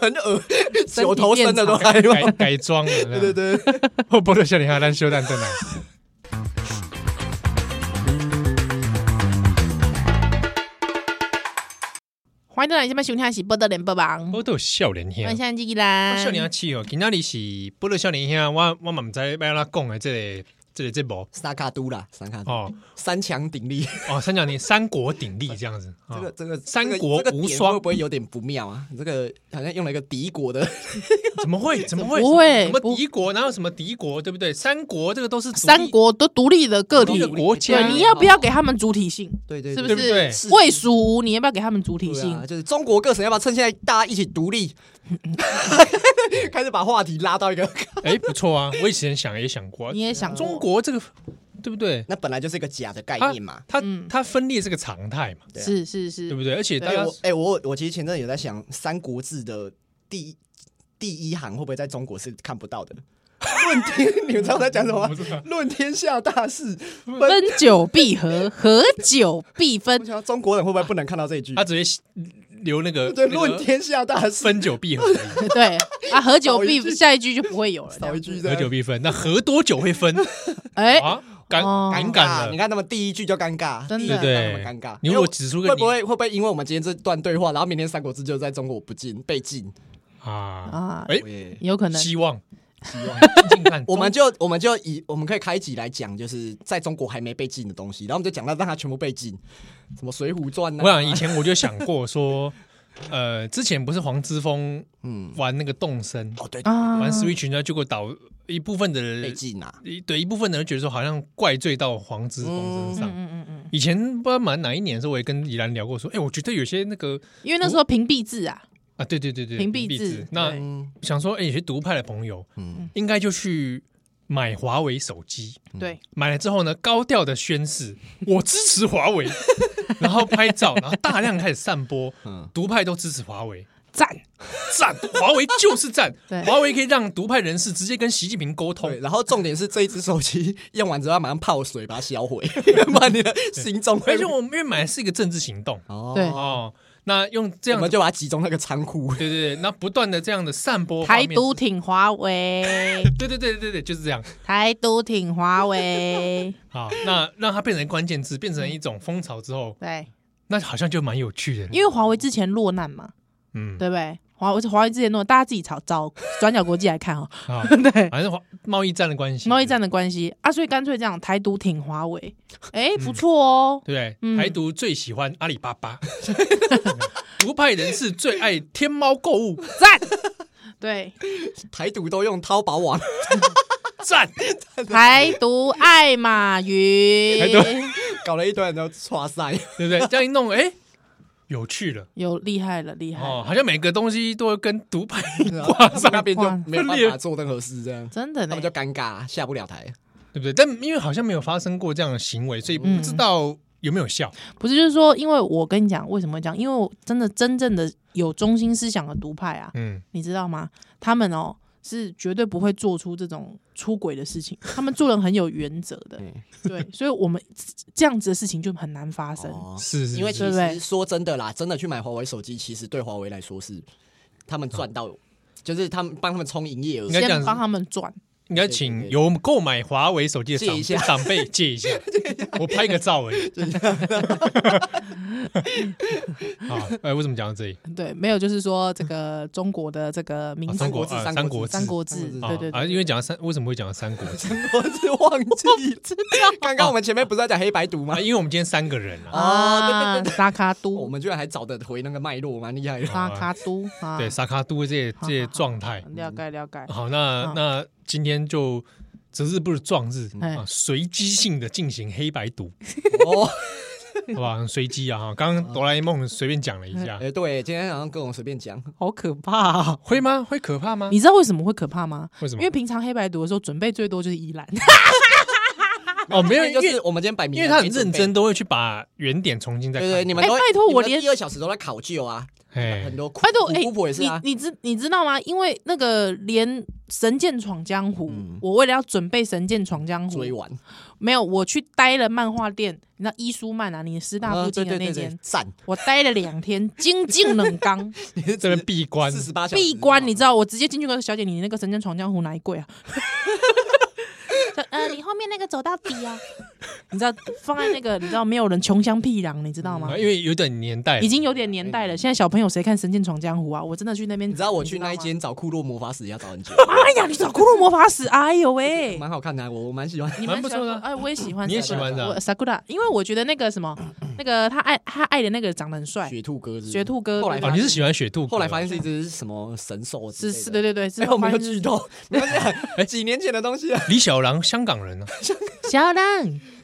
Speaker 3: 很恶，九头身的哆 *laughs* 啦 A
Speaker 2: 改
Speaker 3: 梦。
Speaker 2: 改装了， *laughs* 对
Speaker 3: 哎对对对，
Speaker 2: 我波多笑脸哈咱修蛋蛋来。
Speaker 1: 欢迎大家今晚收听的是《波特连播榜》，
Speaker 2: 我都有笑脸
Speaker 1: 我
Speaker 2: 兄
Speaker 1: 是，安吉吉
Speaker 2: 我啊
Speaker 1: 兰，
Speaker 2: 笑脸兄气哦，今仔日是波多笑脸兄，我我嘛毋知要安怎么讲的，这个这里这波
Speaker 3: 三卡都啦，三卡都，
Speaker 2: 哦
Speaker 3: 三强鼎立，
Speaker 2: 哦，三角你三国鼎立这样子，哦
Speaker 3: 这个这个
Speaker 2: 三
Speaker 3: 这个
Speaker 2: 国
Speaker 3: 这个点
Speaker 2: 无双
Speaker 3: 会不会有点不妙啊？这个好像用了一个敌国的，
Speaker 2: 怎么会怎么会
Speaker 1: 不会
Speaker 2: 什么
Speaker 1: 不
Speaker 2: 敌国，哪有什么敌国，对不对？三国这个都是独立
Speaker 1: 三国都独立的个
Speaker 2: 独立
Speaker 1: 体
Speaker 2: 的国家，
Speaker 1: 对，你要不要给他们主体性？
Speaker 3: 对对
Speaker 1: 是不
Speaker 2: 对不对
Speaker 1: 是？魏蜀吴，你要不要给他们主体
Speaker 3: 对
Speaker 1: 性
Speaker 3: 啊，？就是中国各省要不要趁现在大家一起独立， *laughs* 开始把话题拉到一个，
Speaker 2: 哎，不错啊，我以前想也想过啊
Speaker 1: 你，也想
Speaker 2: 中国这个对不对？
Speaker 3: *laughs* 那本来就是一个假的概
Speaker 2: 它
Speaker 3: 念嘛。
Speaker 2: 它
Speaker 1: 嗯
Speaker 2: 它分裂是个常态嘛，
Speaker 3: 对啊
Speaker 1: 是是
Speaker 2: 对
Speaker 1: 是，
Speaker 2: 不对？而且大
Speaker 3: 哎、
Speaker 2: 家
Speaker 3: 我哎、我我其实前阵有在想《三国志》的第一第一行会不会在中国是看不 *laughs* 到的？论天，你们知道我在讲什么
Speaker 2: 我不知道
Speaker 3: 吗？论天下大事，
Speaker 1: 分久必合，
Speaker 2: *laughs*
Speaker 1: 合久必
Speaker 3: 我
Speaker 1: 分。
Speaker 3: 想中国人会不会不能看到这一句
Speaker 2: 他？直接留那个
Speaker 3: 对，
Speaker 2: 那个
Speaker 3: 论天下大事，
Speaker 2: 分久必合而已，
Speaker 1: 对啊，合久必
Speaker 3: 少一句
Speaker 1: 下一句就不会有了。这
Speaker 3: 少
Speaker 1: 样
Speaker 3: 一句
Speaker 2: 合
Speaker 3: 在
Speaker 2: 久必分，那合多久会分
Speaker 1: 哎，
Speaker 2: 啊？敢
Speaker 1: 哦
Speaker 2: 敢
Speaker 3: 尬
Speaker 2: 敢
Speaker 3: 你
Speaker 2: 了，
Speaker 3: 看他们第一句就尴尬，
Speaker 1: 真的
Speaker 2: 对不对
Speaker 3: 那么尴尬哎
Speaker 2: 你如果指出个
Speaker 3: 会不
Speaker 2: 你
Speaker 3: 会会不会因为我们今天这段对话，然后明天《三国志》就在中国不进被禁？
Speaker 2: 啊，
Speaker 1: 啊，
Speaker 2: 哎，
Speaker 1: 有可能
Speaker 2: 希望希望，静静看，
Speaker 3: *laughs* 我们就我们就以我们可以开集来讲，就是在中国还没被禁的东西，然后我们就讲到让它全部被禁，什么《水浒传》
Speaker 2: 我
Speaker 3: 啊，
Speaker 2: 想以前我就想过说，呃，之前不是黄之锋
Speaker 3: 嗯，
Speaker 2: 玩那个动身，
Speaker 3: 哦对，
Speaker 1: 啊，
Speaker 2: 玩 Switch，然后结果导一部分的
Speaker 3: 被
Speaker 2: 人，
Speaker 3: 禁啊，
Speaker 2: 一对一部分的人觉得说好像怪罪到黄之锋
Speaker 1: 嗯
Speaker 2: 身上。
Speaker 1: 嗯嗯嗯，
Speaker 2: 以前不知道满哪一年的时候，我也跟怡兰聊过，说，哎、我觉得有些那个
Speaker 1: 因为那时候屏蔽字啊，
Speaker 2: 啊，对对对对，
Speaker 1: 屏蔽字
Speaker 2: 那
Speaker 1: 对
Speaker 3: 嗯
Speaker 2: 想说，哎、有些独派的朋友
Speaker 3: 嗯
Speaker 2: 应该就去买华为手机，
Speaker 1: 对，
Speaker 2: 买了之后呢，高调的宣誓我支持华为，然后拍照，然后大量开始散播，
Speaker 3: 嗯，
Speaker 2: 独派都支持华为，
Speaker 1: 赞，
Speaker 2: 赞，华为就是赞
Speaker 1: 对，
Speaker 2: 华为可以让独派人士直接跟习近平沟通
Speaker 3: 对，，然后重点是这一只手机用完之后要马上泡水把它销毁，不然你的心中会
Speaker 2: 而且我们因为买的是一个政治行动
Speaker 3: 哦
Speaker 1: 对
Speaker 2: 哦，那用这
Speaker 3: 我
Speaker 2: 样
Speaker 3: 们
Speaker 2: 子，
Speaker 3: 就把它集中那个仓库，
Speaker 2: 对对对，那不断的这样的散播画
Speaker 1: 台
Speaker 2: 面
Speaker 1: 独，挺华为，
Speaker 2: *laughs* 对对对对对，就是这样
Speaker 1: 台独挺华为，
Speaker 2: 啊。好那让它变成关键字，变成一种风潮之后，
Speaker 1: 对，
Speaker 2: 那好像就蛮有趣的。
Speaker 1: 因为华为之前落难嘛，
Speaker 2: 嗯，
Speaker 1: 对不对？华为华为之前落，大家自己找找转角国际来看哦， *laughs*
Speaker 2: 啊，
Speaker 1: 对。
Speaker 2: 反正华贸易战的关系，
Speaker 1: 贸易战的关系啊，所以干脆这样，台独挺华
Speaker 2: *laughs*
Speaker 1: 为，哎，
Speaker 2: 嗯
Speaker 1: 不错哦，
Speaker 2: 对不
Speaker 1: 嗯
Speaker 2: 对？台独最喜欢阿里巴巴， *laughs* 独派人士最爱天猫购物，
Speaker 1: 赞，
Speaker 2: *laughs*
Speaker 1: 对，
Speaker 3: 台独都用淘宝网，
Speaker 2: 赞。
Speaker 1: 台独爱马云，
Speaker 2: 台独
Speaker 3: 搞了一堆人都刷塞，
Speaker 2: 对不对？这样一弄，哎、有趣了
Speaker 1: *laughs* 有厉害了，厉害了
Speaker 2: 哦，好像每个东西都会跟独派 *laughs*
Speaker 3: 然后
Speaker 2: 挂
Speaker 3: 他们
Speaker 2: 上，
Speaker 3: 那边就
Speaker 1: 挂
Speaker 3: 没有
Speaker 2: 分
Speaker 3: 办
Speaker 2: 裂
Speaker 3: 法做任何事，这样
Speaker 1: 真的呢
Speaker 3: 他们，就尴尬下不了台。
Speaker 2: 对不对？但因为好像没有发生过这样的行为，所以
Speaker 1: 嗯
Speaker 2: 不知道有没有效。
Speaker 1: 不是就是说，因为我跟你讲为什么会讲，因为我真的真正的有中心思想的独派啊，
Speaker 2: 嗯，
Speaker 1: 你知道吗？他们哦是绝对不会做出这种出轨的
Speaker 2: *laughs*
Speaker 1: 事情，他们做人很有原则的，
Speaker 3: 嗯
Speaker 1: 对，所以我们这样子的事情就很难发生，
Speaker 3: 哦
Speaker 2: 是是
Speaker 3: 因为
Speaker 2: 是
Speaker 3: 其
Speaker 1: 对不对
Speaker 3: 实说真的啦，真的去买华为手机，其实对华为来说是他们赚到，就是他们帮他们冲营业额
Speaker 1: *laughs*
Speaker 2: 应，该这样
Speaker 1: 先
Speaker 2: 子
Speaker 1: 帮他们赚，
Speaker 2: 应该
Speaker 3: 对
Speaker 2: 请
Speaker 3: 对对
Speaker 2: 有购买华为手机的
Speaker 3: 借
Speaker 2: 长 *laughs*
Speaker 3: 一下
Speaker 2: 长辈借一
Speaker 3: *laughs*
Speaker 2: 下，我拍个照而已。 *laughs* 好，哎，为什么讲到这里？
Speaker 1: 对，没有就是说这个中国的这个民
Speaker 3: *laughs*
Speaker 2: 啊
Speaker 1: 族
Speaker 2: 中国
Speaker 3: 哦三国志
Speaker 2: 啊
Speaker 3: 三
Speaker 2: 三
Speaker 3: 国
Speaker 2: 国
Speaker 3: 志
Speaker 1: 三国
Speaker 3: 三
Speaker 1: 志，
Speaker 3: 国
Speaker 1: 对对
Speaker 2: 啊，
Speaker 1: 对，
Speaker 2: 因为讲到三，为什么会讲到三
Speaker 3: *laughs*
Speaker 2: 国志
Speaker 3: 我是忘记了。刚刚我们前面不是在讲黑白读吗
Speaker 2: 啊？因为我们今天三个人
Speaker 3: *laughs*
Speaker 2: 啊，
Speaker 1: 啊，沙卡
Speaker 3: 我
Speaker 1: 都，
Speaker 3: 们居哦然还找得回那个脉络，蛮厉
Speaker 1: *laughs*
Speaker 3: 害的。
Speaker 1: 沙卡都啊，
Speaker 2: 对，萨卡都这些
Speaker 1: 好
Speaker 2: 这
Speaker 1: 好
Speaker 2: 些
Speaker 1: 好
Speaker 2: 状态，
Speaker 1: 了解了
Speaker 3: 哦
Speaker 1: 解，
Speaker 2: 好，那
Speaker 1: 嗯
Speaker 2: 那今天就择日不如撞日
Speaker 1: 哎
Speaker 2: 啊，随机性的进行黑白读，
Speaker 3: 哦，
Speaker 2: 好不好？很随机啊，哈，刚刚哆啦 A 梦随便讲了一下，
Speaker 3: 哎，对，今天好像各种随便讲，
Speaker 1: 好可怕哦！
Speaker 2: 会吗？会可怕吗？
Speaker 1: *laughs* 你知道为什么会可怕吗？
Speaker 2: 为什
Speaker 1: 因
Speaker 2: 么
Speaker 1: 为？平常黑白读的时候，准备最多就是
Speaker 3: *laughs*
Speaker 1: 依兰，
Speaker 2: 哦，没有，因
Speaker 3: 就
Speaker 2: 为
Speaker 3: 是我们今天摆明，
Speaker 2: 因为他很认真，。都会去把原点重新再
Speaker 3: 对
Speaker 2: 看
Speaker 3: 对，你们
Speaker 1: 哎
Speaker 3: 都会
Speaker 1: 拜托
Speaker 3: 你们
Speaker 1: 我连
Speaker 3: 第二小时都在考究啊，
Speaker 2: 哎
Speaker 3: 很，多
Speaker 1: 拜托，哎、
Speaker 3: 姑婆也是啊，
Speaker 1: 你你知你知道吗？因为那个连《神剑闯江湖》我为了要准备《神剑闯江湖
Speaker 3: 嗯追》，完
Speaker 1: 没有，我去待了漫画店，你知道伊舒曼啊，你师大附
Speaker 3: 啊对
Speaker 1: 近的
Speaker 3: 对
Speaker 1: 那
Speaker 3: 对
Speaker 1: 间，
Speaker 3: 对，赞，
Speaker 1: 我待了两天，
Speaker 3: *laughs*
Speaker 1: 精进冷刚，
Speaker 3: 你
Speaker 2: *laughs*
Speaker 3: 是
Speaker 2: 这边闭关，
Speaker 3: 四十八小时
Speaker 1: 闭关，你知道，我直接进去跟小姐，你那个《 *laughs* 神剑闯江湖》哪一柜啊？说呃，你后面那个走到底啊， *laughs* 你知道放在那个，你知道没有人穷乡僻壤，你知道吗？
Speaker 2: 啊
Speaker 3: 嗯
Speaker 2: 因为有点年代了
Speaker 1: 已，经有点年代了，现在小朋友谁看《神剑闯江湖》啊？我真的去那边，
Speaker 3: 哎你知道我去
Speaker 1: 吗
Speaker 3: 那一。间找库洛魔法使要找
Speaker 1: *laughs*
Speaker 3: 很久，
Speaker 1: 哎呀，你找骷髅魔法使，哎呦喂！
Speaker 3: 蛮好看的啊，我我
Speaker 1: *laughs*
Speaker 3: 蛮喜欢。
Speaker 1: 你
Speaker 2: 蛮不错的啊
Speaker 1: 哎，我也喜欢 Sakura，
Speaker 2: 你也喜欢的啊
Speaker 1: 我 Sakura，因为我觉得那个什么，
Speaker 3: 嗯
Speaker 1: 那个他爱他爱的那个长得很帅，
Speaker 3: 雪兔哥是不是
Speaker 1: 雪兔哥
Speaker 3: 后来
Speaker 1: 对
Speaker 2: 哦，
Speaker 1: 吧
Speaker 3: 发
Speaker 2: 你是喜欢雪兔哥？
Speaker 3: 后来发现是一只什么神兽之
Speaker 1: 是
Speaker 3: 类的
Speaker 1: 是，对对对，是啊
Speaker 3: 哎，我没有
Speaker 1: 翻
Speaker 3: 剧透， *laughs* 没有讲几年前的东西了。
Speaker 2: 李小狼香港人啊，
Speaker 3: *laughs*
Speaker 1: 小狼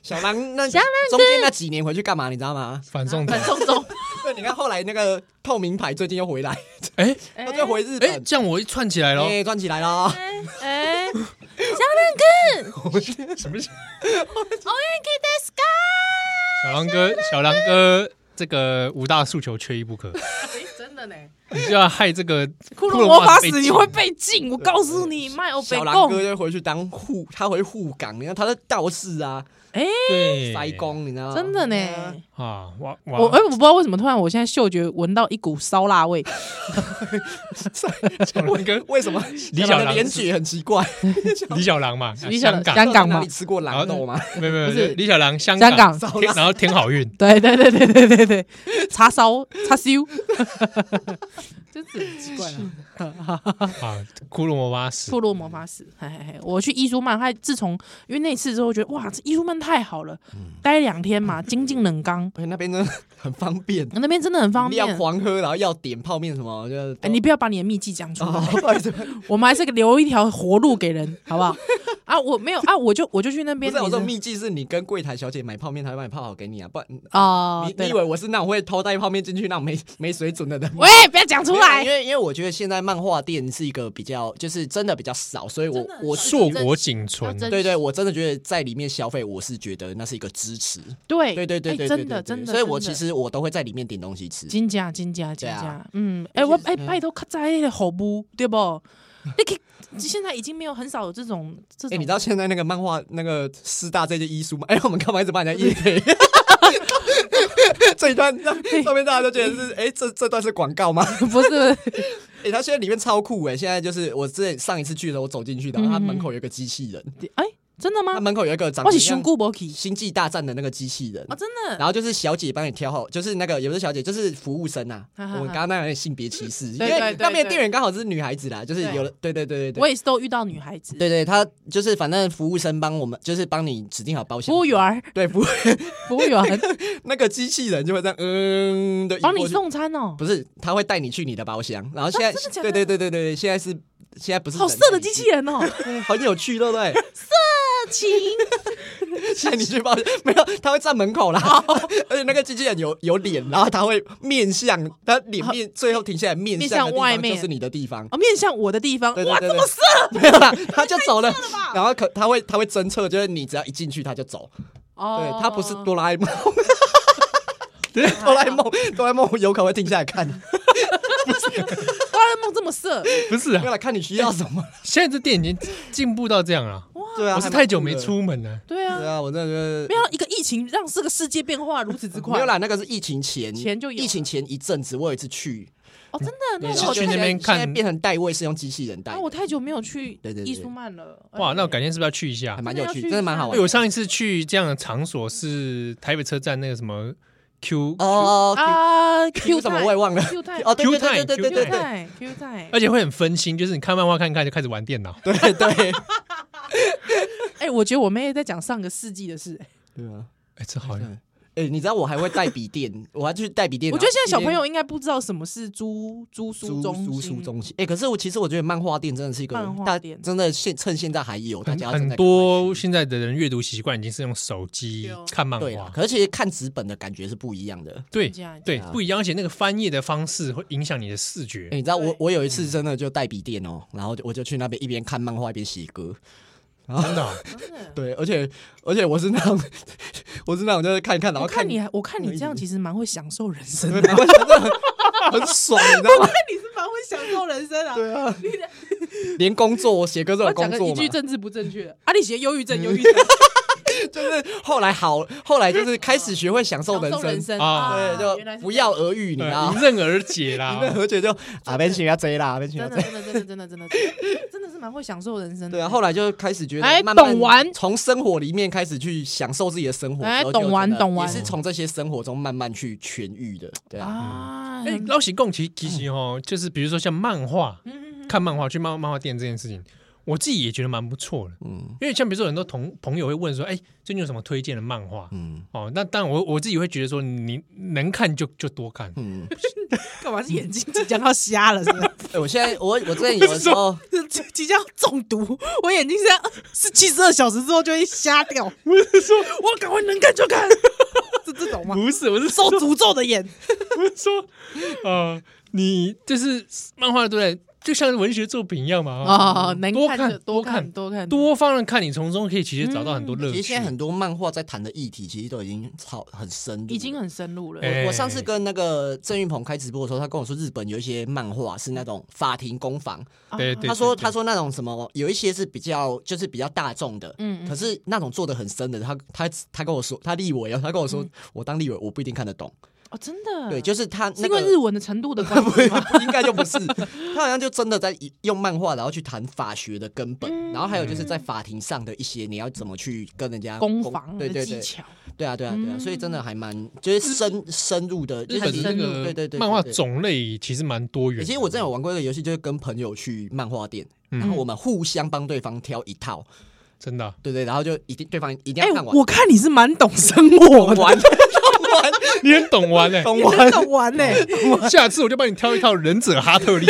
Speaker 3: 小狼那
Speaker 1: 小狼
Speaker 3: 中间那几年回去干嘛？你知道吗？
Speaker 2: 反送中
Speaker 1: 很。中中，
Speaker 3: 对，你看后来那个透明牌最近又回来，
Speaker 2: 哎
Speaker 1: 哎
Speaker 3: *laughs* 他就回日
Speaker 2: 哎，
Speaker 3: 本，
Speaker 2: 这样我一串起来喽，
Speaker 3: 哎，赚起来了。
Speaker 1: 哎，
Speaker 2: 什么？
Speaker 1: お元気ですか？
Speaker 2: 小狼哥，小狼哥，这个五大诉求缺一不可，
Speaker 1: 哎，真的呢，
Speaker 2: 你就要害这个
Speaker 1: 骷髅魔法
Speaker 2: 被
Speaker 1: 使
Speaker 2: 禁
Speaker 1: 你会被禁，我告诉你，卖欧北
Speaker 3: 小狼哥
Speaker 1: 贡，
Speaker 3: 就回去当护，他回护港，你看他是道士啊，
Speaker 2: 对
Speaker 3: 塞工，你知道吗？
Speaker 1: 哎真的
Speaker 3: 对啊
Speaker 1: 呢。
Speaker 2: 啊！哇哇，
Speaker 1: 我哎，我不知道为什么突然我现在嗅觉闻到一股烧腊味， *laughs*
Speaker 2: 小狼哥，
Speaker 3: 为什么
Speaker 2: 李小
Speaker 3: 的
Speaker 2: 狼
Speaker 3: 连结很奇怪？
Speaker 2: 李小狼嘛，啊
Speaker 1: 李小
Speaker 2: 香
Speaker 1: 狼
Speaker 2: 港，
Speaker 1: 香港
Speaker 3: 哪
Speaker 1: 嘛
Speaker 3: 里，吃过狼肉吗？
Speaker 2: 没有没有
Speaker 1: 不是
Speaker 2: 李小狼香
Speaker 1: 香港
Speaker 2: 港天然后天好运，
Speaker 1: 对对对对对对对，叉烧 *laughs* 叉烧，就是很奇怪啊。
Speaker 2: 啊，骷髅魔法
Speaker 1: *laughs*
Speaker 2: 使
Speaker 1: 错落魔法使，嘿嘿嘿，我去伊舒曼，他自从因为那次之后，觉得哇，这伊舒曼太好了，
Speaker 3: 嗯
Speaker 1: 待两天嘛，精进冷刚，
Speaker 3: 而且那边真的很方便，
Speaker 1: 那边真的很方便
Speaker 3: 要。狂喝，然后要点泡面什么，就是都
Speaker 1: 哎，你不要把你的秘籍讲出来，
Speaker 3: 哦，不
Speaker 1: *laughs*
Speaker 3: 好意思，
Speaker 1: 我们还是留一条活路给人，好不好？啊，我没有啊，我就我就去那
Speaker 3: 不
Speaker 1: 边
Speaker 3: 是我说秘籍是你跟柜台小姐买泡面，她会帮你泡好给你啊，不然
Speaker 1: 啊
Speaker 3: 你，你
Speaker 1: 对
Speaker 3: 以
Speaker 1: 了，
Speaker 3: 为我是那种会偷带泡面进去那种没没水准的人吗？啊
Speaker 1: 喂，不要讲 *laughs* 出来
Speaker 3: 因，为因为我觉得现在漫画店是一个比较就是真的比较少，所以我
Speaker 1: 真的很少
Speaker 3: 我
Speaker 2: 硕果仅存啊
Speaker 1: 要，珍
Speaker 3: 对对，我真的觉得在里面消费，我是觉得那是一个支持，
Speaker 1: 对
Speaker 3: 对对对
Speaker 1: 哎
Speaker 3: 对，
Speaker 1: 真的
Speaker 3: 对对
Speaker 1: 真的，
Speaker 3: 所以我
Speaker 1: 真
Speaker 3: 其
Speaker 1: 的
Speaker 3: 实我都会在里面点东西吃，
Speaker 1: 金价金价金
Speaker 3: 对啊
Speaker 1: 价，嗯，哎，我哎拜托，卡在那个服务对不？你可以现在已经没有很少有这种这
Speaker 3: 哎、
Speaker 1: 种
Speaker 3: 你知道现在那个漫画那个师大这件医书吗？ *laughs* 哎、我们干嘛一直
Speaker 1: *laughs*
Speaker 3: 把人家夜配？ *laughs* 这一段上上面大家都觉得是，哎、这这段是广告吗？ *laughs*
Speaker 1: 不是，
Speaker 3: 哎、他现在里面超酷哎、现在就是我之前上一次去的时候，我走进去
Speaker 1: 嗯
Speaker 3: 的，然后他门口有一个机器人，
Speaker 1: 哎，真的
Speaker 3: 他
Speaker 1: 吗？
Speaker 3: 门口有一个长
Speaker 1: 我
Speaker 3: 得
Speaker 1: 哦是
Speaker 3: 像
Speaker 1: 熊
Speaker 3: 《
Speaker 1: 顾伯奇
Speaker 3: 星际大战》的那个机器人
Speaker 1: 啊，。真的，
Speaker 3: 然后就是小姐帮你挑好，就是那个也不是小姐，就是服务生啊。我
Speaker 1: 哈哈哈
Speaker 3: 们刚刚那个性别歧视，因
Speaker 1: 对对
Speaker 3: 为
Speaker 1: 对
Speaker 3: 那边
Speaker 1: 对
Speaker 3: 店员刚好是女孩子啦，就是
Speaker 1: 对
Speaker 3: 有了，对对对对对
Speaker 1: 我，也是都遇到女孩子，
Speaker 3: 对对，他就是反正服务生帮我们，就是帮你指定好包厢。
Speaker 1: 服务员儿，
Speaker 3: *laughs* 对，服务
Speaker 1: 服务员
Speaker 3: *laughs*
Speaker 1: 儿
Speaker 3: 那个机器人就会这样，嗯的
Speaker 1: 帮你，送餐哦，
Speaker 3: 不是，他会带你去你的包厢。然后现在，
Speaker 1: 真的假的
Speaker 3: 对对对对对，现在是现在不是
Speaker 1: 好色的机器人
Speaker 3: *laughs*
Speaker 1: 哦，
Speaker 3: 人，很有趣，对不对？
Speaker 1: 情
Speaker 3: 带你去包厢，没有，他会站门
Speaker 1: *laughs*
Speaker 3: 口啦。而且那个机器人有有脸，然后他会面向，他脸面最后停下来面
Speaker 1: 面
Speaker 3: 向
Speaker 1: 向
Speaker 3: 的地
Speaker 1: 外
Speaker 3: 方
Speaker 1: 面
Speaker 3: 就是你的地方。
Speaker 1: 啊，面向我的地方，
Speaker 3: 对对
Speaker 1: 哇，
Speaker 3: 对
Speaker 1: 这么
Speaker 3: 对
Speaker 1: 色，
Speaker 3: *laughs* 没有啦，他就走了。然后可他会他会侦测，就是你只要一进去他就走。
Speaker 1: 哦
Speaker 3: 对，它不是哆啦 A 梦。对，哆啦 A 梦，哆啦 A 梦有可能会定下来看，
Speaker 1: 哆啦 A 梦这么
Speaker 3: *laughs*
Speaker 1: 色，
Speaker 2: 不是啊
Speaker 3: 用？来看你需要什么。
Speaker 2: 现在这店已经进步到这样了，
Speaker 3: 对啊，
Speaker 2: 我是太久没。出门了。
Speaker 1: 对
Speaker 3: 对
Speaker 1: 啊，
Speaker 3: 啊，我真的觉
Speaker 1: 没
Speaker 3: 得
Speaker 1: 有一个疫情让这个世界变化如此之
Speaker 3: 没
Speaker 1: 快
Speaker 3: 有，啦，那个是疫情前，
Speaker 1: 前就有了
Speaker 3: 疫情前一阵子，我有一次去，
Speaker 1: 哦，真的，那
Speaker 3: 对然
Speaker 1: 我
Speaker 3: 后
Speaker 1: 太
Speaker 2: 去那边
Speaker 3: 现在现在
Speaker 2: 看
Speaker 3: 变成代位是用机器人代
Speaker 1: 啊，，我太久没有去
Speaker 3: 对对对
Speaker 1: 艺术漫了，
Speaker 2: 哇，
Speaker 1: 哎
Speaker 2: 那我改天是不是要去一下
Speaker 3: 还？蛮有趣，
Speaker 1: 真的要去
Speaker 3: 真的蛮好
Speaker 2: 因
Speaker 1: 哎
Speaker 2: 为
Speaker 3: 玩
Speaker 2: 我。上一次去这样的场所是台北车站那个什么 Q，
Speaker 3: 哦
Speaker 1: 啊，Q
Speaker 3: ，Q 什么我也忘了。
Speaker 1: Q 太
Speaker 3: *laughs* 哦，对对
Speaker 2: Q
Speaker 3: 对
Speaker 2: time，
Speaker 3: 对对
Speaker 2: Q
Speaker 3: 对
Speaker 1: Q
Speaker 3: 对
Speaker 1: 太 Q 太，
Speaker 2: 而且会很分心，就是你看漫画看看就开始玩电脑，
Speaker 3: 对对。
Speaker 1: 哎，我觉得我妹在讲上个世纪的事，哎
Speaker 3: 对啊，
Speaker 2: 哎，这好像
Speaker 3: 哎，你知道我还会带笔电，我还去带笔电。
Speaker 1: 我觉得现在小
Speaker 3: 然后一边
Speaker 1: 朋友应该不知道什么是租租书
Speaker 3: 租
Speaker 1: 中
Speaker 3: 租书
Speaker 1: 心，
Speaker 3: 中心。哎、可是我其实我觉得漫画店真的是一个
Speaker 1: 漫画
Speaker 3: 大
Speaker 1: 店
Speaker 3: 真的现趁现在还有大
Speaker 2: 很
Speaker 3: 家正
Speaker 2: 很
Speaker 3: 在
Speaker 2: 多现在的人阅读习惯已经是用手机
Speaker 1: 对哦
Speaker 2: 看漫
Speaker 3: 对啦
Speaker 2: 画，，
Speaker 3: 可是其实看纸本的感觉是不一样的。
Speaker 2: 对
Speaker 1: 这样
Speaker 2: 对
Speaker 3: 啊
Speaker 2: 不一样，而且那个翻页的方式会影响你的视觉
Speaker 3: 哎、。你知道我
Speaker 1: 对
Speaker 3: 我有一次真的就带笔电哦、然后就我就去那边一边看漫画一边写歌。
Speaker 2: 真的哦，
Speaker 1: 真的。
Speaker 3: 对，而且而且我是那种 *laughs* 我是那种就是看一看，然
Speaker 1: 我
Speaker 3: 后
Speaker 1: 看
Speaker 3: 看
Speaker 1: 你，我看你这样其实蛮会享受人生的。
Speaker 3: 然后真的 *laughs* 很很爽，你知道吗？
Speaker 1: *laughs* 你是蛮会享受人生啊！*laughs*
Speaker 3: 对啊，连工作我写歌都有
Speaker 1: 我
Speaker 3: 工
Speaker 1: 讲个
Speaker 3: 作
Speaker 1: 一
Speaker 3: 嘛 *laughs*
Speaker 1: 句，政治不正确的，啊，你写忧郁症，忧郁症，
Speaker 3: 就是后来好，后来就是开始学会享受
Speaker 1: 享
Speaker 3: 人
Speaker 1: 受人生
Speaker 3: 生，
Speaker 1: 啊
Speaker 2: 啊
Speaker 3: 对，
Speaker 1: 原来
Speaker 3: 就是不
Speaker 1: 这
Speaker 3: 要
Speaker 1: 样
Speaker 3: 俄语，你知道
Speaker 2: 对
Speaker 3: 吗
Speaker 2: 迎？刃呃而解
Speaker 3: *laughs*
Speaker 2: 啦。
Speaker 3: 那何姐就啊，别请人家追啦，别请人
Speaker 1: 真
Speaker 3: 家
Speaker 1: 的真
Speaker 3: 追。
Speaker 1: 的真的真的真的真的真的是蛮会享受人生的。
Speaker 3: 对啊，后来就开始觉得
Speaker 1: 哎
Speaker 3: 慢慢
Speaker 1: 懂玩
Speaker 3: 从生活里面开始去享受自己的生活，
Speaker 1: 哎
Speaker 3: 然后就
Speaker 1: 懂玩
Speaker 3: 觉得
Speaker 1: 懂玩
Speaker 3: 也是从这些生活中慢慢去痊愈的。对啊，
Speaker 1: 啊，
Speaker 2: 哎，老喜共其其实哦，就是比如说像漫画，
Speaker 1: 嗯
Speaker 2: 看漫画去漫漫画店这件事情，我自己也觉得蛮不错的。
Speaker 3: 嗯
Speaker 2: 因为像比如说很多同朋友会问说，哎，最近有什么推荐的漫画？
Speaker 3: 嗯
Speaker 2: 哦，那但我我自己会觉得说，你能看就就多看，
Speaker 3: 嗯。
Speaker 1: 干嘛是眼睛即将要瞎了？是 *laughs* 不是
Speaker 3: *laughs* 哎，我现在我我之前有的时 *laughs* 候，
Speaker 1: 是即即将要中毒，我眼睛是要是七十二小时之后就会瞎
Speaker 3: *laughs*
Speaker 1: 掉。我是说，我赶快能看就看，是这种吗？
Speaker 2: 不是，我是
Speaker 1: 受诅咒的眼，
Speaker 2: 说， *laughs* 呃，你就是漫画对不对？就像文学作品一样嘛，
Speaker 3: 啊
Speaker 2: 啊
Speaker 1: 哦能
Speaker 2: 多
Speaker 1: 看
Speaker 2: 看
Speaker 1: 就
Speaker 2: 多
Speaker 1: 多
Speaker 2: 看
Speaker 1: 看多看
Speaker 2: 多方的看，你从中可以其实找到很多乐
Speaker 3: 嗯其
Speaker 2: 趣。
Speaker 3: 实现在很多漫画在谈的议题，其实都已经超很深入了，
Speaker 1: 已经很深入了。
Speaker 2: 哎
Speaker 3: 我上次跟那个郑云鹏开直播的时候，他跟我说，日本有一些漫画是那种法庭攻防。
Speaker 1: 啊
Speaker 2: 对对，
Speaker 3: 他说，
Speaker 2: 对
Speaker 3: 他说那种什么，有一些是比较就是比较大众的，
Speaker 1: 嗯
Speaker 3: 可是那种做的很深的，他他他跟我说，他立委哦，他跟我说，
Speaker 1: 嗯
Speaker 3: 我当立委我不一定看得懂。
Speaker 1: 哦，真的，
Speaker 3: 对，就是他
Speaker 1: 是
Speaker 3: 那
Speaker 1: 因为
Speaker 3: 个
Speaker 1: 日文的程度的
Speaker 3: *laughs*
Speaker 1: 关
Speaker 3: 不
Speaker 1: 系吗？
Speaker 3: 应该就不是，他好像就真的在以用漫画，然后去谈法学的根本，
Speaker 1: 嗯
Speaker 3: 然后还有就是在法庭上的一些你要怎么去跟人家
Speaker 1: 攻防
Speaker 3: 对
Speaker 1: 的
Speaker 3: 对
Speaker 1: 技
Speaker 3: 对，
Speaker 1: 巧，嗯
Speaker 3: 对啊对啊对啊，所以真的还蛮就是深深入的，就
Speaker 2: 日
Speaker 3: 是
Speaker 2: 本的
Speaker 3: 你
Speaker 2: 那
Speaker 1: 很深入
Speaker 2: 个
Speaker 3: 对对对
Speaker 2: 漫画
Speaker 3: 对对
Speaker 2: 种类其实蛮多元
Speaker 3: 欸
Speaker 2: 的。
Speaker 3: 其实我真的有玩过一个游戏，就是跟朋友去漫画店，
Speaker 2: 嗯
Speaker 3: 然后我们互相帮对方挑一套，
Speaker 2: 真的啊
Speaker 3: 对对，然后就一定对方一定
Speaker 1: 哎、
Speaker 3: 要看完。
Speaker 1: 我看你是蛮懂生活的，
Speaker 3: 玩玩
Speaker 2: 你很懂玩哎，
Speaker 3: *laughs* 懂
Speaker 1: 真
Speaker 3: 玩，
Speaker 1: 的玩呢、
Speaker 2: 下次我就帮你挑一套忍者哈特利，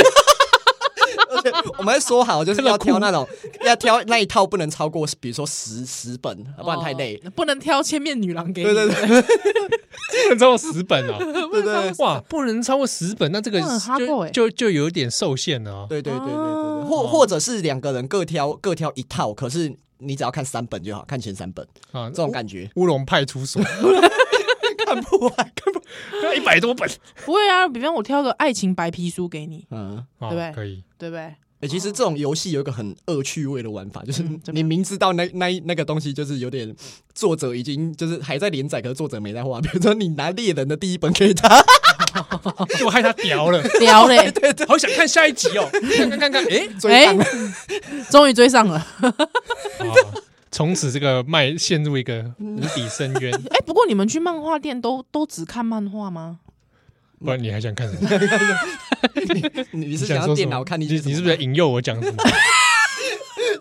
Speaker 2: *laughs*
Speaker 3: 而且我们还说好就是要挑那种，要挑那一套不能超过，比如说十十本，不然太累。
Speaker 1: 哦，不能挑千面女郎给你。
Speaker 3: 对对对，
Speaker 2: 能超过十本
Speaker 3: *laughs*
Speaker 2: 啊！
Speaker 1: *laughs*
Speaker 3: 对对
Speaker 2: 哇，不能超过十本，那这个
Speaker 1: 哇很哈扣
Speaker 2: 就
Speaker 1: 欸
Speaker 2: 就就有点受限了啊。
Speaker 3: 对对对对对对，
Speaker 1: 哦
Speaker 3: 或或者是两个人各挑各挑一套，可是你只要看三本就好，看前三本
Speaker 1: 哦
Speaker 2: 啊
Speaker 3: 这，种感觉。
Speaker 2: 乌龙派出所 *laughs*
Speaker 3: 看不完，
Speaker 2: 一百多本，
Speaker 1: 不会啊，比方我挑个爱情白皮书给你，
Speaker 3: 嗯。
Speaker 1: 对
Speaker 2: 啊
Speaker 1: 不对
Speaker 2: 可以。 *laughs*
Speaker 1: 对不对？
Speaker 3: 欸、其实这种游戏有一个很恶趣味的玩法，就是
Speaker 1: 嗯怎么
Speaker 3: 你明知道那那一那个东西就是有点作者已经就是还在连载，可是作者没在画。比如说你拿猎人的第一本给他，
Speaker 2: 就害他屌了，
Speaker 1: 聊
Speaker 3: *laughs*
Speaker 1: 嘞，
Speaker 2: *laughs* 好想看下一集哦，看看看看，哎、
Speaker 3: 追上了
Speaker 1: *laughs* 终于追上了。
Speaker 2: 啊从此这个麦陷入一个无底深渊。
Speaker 1: 哎、不过你们去漫画店都都只看漫画吗？
Speaker 2: *laughs* 不然你还想看什么？
Speaker 3: *laughs* 你
Speaker 2: 你
Speaker 3: 是想
Speaker 2: 说
Speaker 3: 要
Speaker 2: 什
Speaker 3: 电
Speaker 2: 么
Speaker 3: 脑看
Speaker 2: 你
Speaker 3: 一
Speaker 2: 你
Speaker 3: 些
Speaker 2: 是不是
Speaker 3: 什么
Speaker 2: 在引诱我讲什么？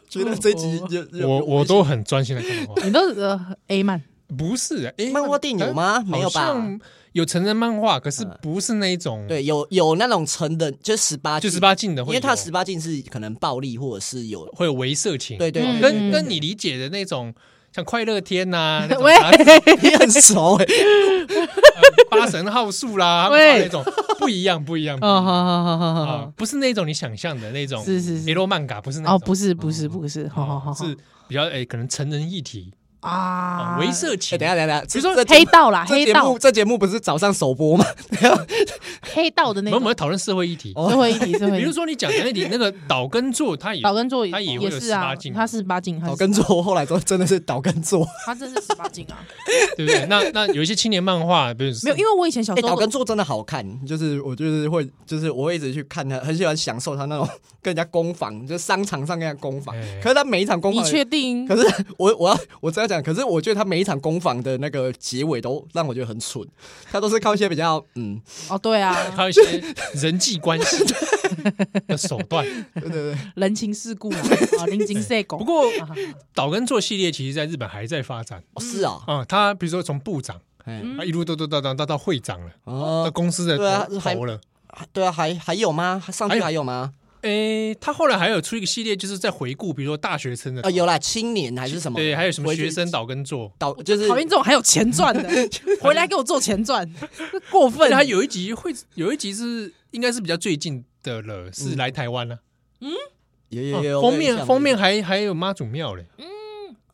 Speaker 3: 觉得这集有有
Speaker 2: 我
Speaker 3: 有
Speaker 2: 我都很专心的看漫画，
Speaker 1: 你都是、呃、A 漫
Speaker 2: 不是、哎，
Speaker 3: 漫画电影有吗？没
Speaker 2: 好
Speaker 3: 有吧？
Speaker 2: 像嗯有成人漫画，可是不是那一种，，
Speaker 3: 对，有有那种成人就是十八，
Speaker 2: 就十，八禁的
Speaker 3: 因
Speaker 2: 会有，嗯
Speaker 3: 为它十八禁是可能暴力或者是有
Speaker 2: 会有微色情，
Speaker 3: 对对
Speaker 1: 嗯
Speaker 3: 对对
Speaker 2: 跟
Speaker 3: 对
Speaker 2: 跟你理解的那种。像快乐天
Speaker 1: *laughs*
Speaker 2: 呐、那
Speaker 1: *laughs*
Speaker 2: 种
Speaker 1: 喂
Speaker 2: *laughs* 杂志
Speaker 3: 你很
Speaker 1: *laughs*
Speaker 3: 熟哎、
Speaker 2: 八神浩树啦，
Speaker 1: 喂
Speaker 2: 那种不一样，不一样，不一
Speaker 1: 哦，
Speaker 2: 样
Speaker 1: 好好好好
Speaker 2: 啊，不是那种你想象的那种，
Speaker 1: 是是是
Speaker 2: A 罗漫嘎，不是那
Speaker 1: 哦，
Speaker 2: 种，
Speaker 1: 不是不是不
Speaker 3: 哦
Speaker 1: 是，好好好，
Speaker 2: 哦是比较诶、可能成人议题啊，
Speaker 1: 啊，
Speaker 2: 微色情。
Speaker 3: 欸等一下等一下，比
Speaker 2: 如说
Speaker 1: 黑道啦，
Speaker 3: 这
Speaker 1: 黑
Speaker 3: 节
Speaker 1: 道
Speaker 3: *laughs* 目这节目不是早上首播吗？
Speaker 1: *laughs* 黑道的那
Speaker 2: 我们我
Speaker 1: 种
Speaker 2: 们讨论社会议题，
Speaker 3: 哦
Speaker 1: 社会议题，社会
Speaker 2: 比
Speaker 1: 议
Speaker 2: 如
Speaker 1: 题。
Speaker 2: 说你讲的那题，那个岛根座，他也
Speaker 1: 岛根座
Speaker 2: 他也会有
Speaker 1: 是啊
Speaker 2: 18禁，
Speaker 1: 他是八禁，他
Speaker 3: 倒
Speaker 1: 是
Speaker 3: 跟做后来都真的是倒跟做，
Speaker 1: 他真是十八禁啊！
Speaker 2: 对不对？那那有一些青年漫
Speaker 3: *laughs*
Speaker 2: 画，比如
Speaker 1: 没有，因为我以前小
Speaker 3: 哎、
Speaker 1: 时
Speaker 3: 岛
Speaker 1: 候
Speaker 3: 根座真的好看，就是我就是会，就是我会一直去看他，很喜欢享受他那种跟人家攻防，就商场上跟人家攻防。
Speaker 2: 哎
Speaker 3: 可是他每一场攻
Speaker 1: 你
Speaker 3: 防，
Speaker 1: 确定
Speaker 3: *laughs* 可是我我要我只要讲，可是我觉得他每一场攻防的那个结尾都让我觉得很蠢，他都是靠一些比较嗯，
Speaker 1: 哦，对啊，
Speaker 2: 还有一些人际关系
Speaker 3: *laughs*
Speaker 2: 的手段。
Speaker 3: 对对对，
Speaker 1: 人情世故
Speaker 3: *laughs*
Speaker 1: 啊，啊，临近社狗。
Speaker 2: 不过
Speaker 1: 啊
Speaker 2: 岛根座系列其实在日本还在发展
Speaker 3: 哦是
Speaker 2: *laughs*
Speaker 3: 啊、
Speaker 2: 啊，他比如说从部长。啊
Speaker 3: 嗯
Speaker 2: 他一路都都到到到到会长了，到
Speaker 3: 哦，
Speaker 2: 公司的
Speaker 3: 对啊
Speaker 2: 头
Speaker 3: 还
Speaker 2: 头了。
Speaker 3: 对啊，还还有吗？上
Speaker 2: 还
Speaker 3: 去
Speaker 2: 有
Speaker 3: 还有吗？
Speaker 2: 诶，他后来还有出一个系列，就是在回顾，比如说大学生的
Speaker 3: 啊、有啦，青年还是什么？
Speaker 2: 呃对，还有什么
Speaker 3: 回去
Speaker 2: 学生岛根座，
Speaker 3: 倒就是
Speaker 1: 讨厌这种还有钱赚的，回来给我做钱赚，过
Speaker 3: *laughs*
Speaker 1: 分。
Speaker 2: 他有一集会有一集是应该是比较最近的了，是来台湾了、
Speaker 3: 有嗯有
Speaker 2: 嗯
Speaker 3: 有
Speaker 2: 封面封面还还有妈祖庙嘞，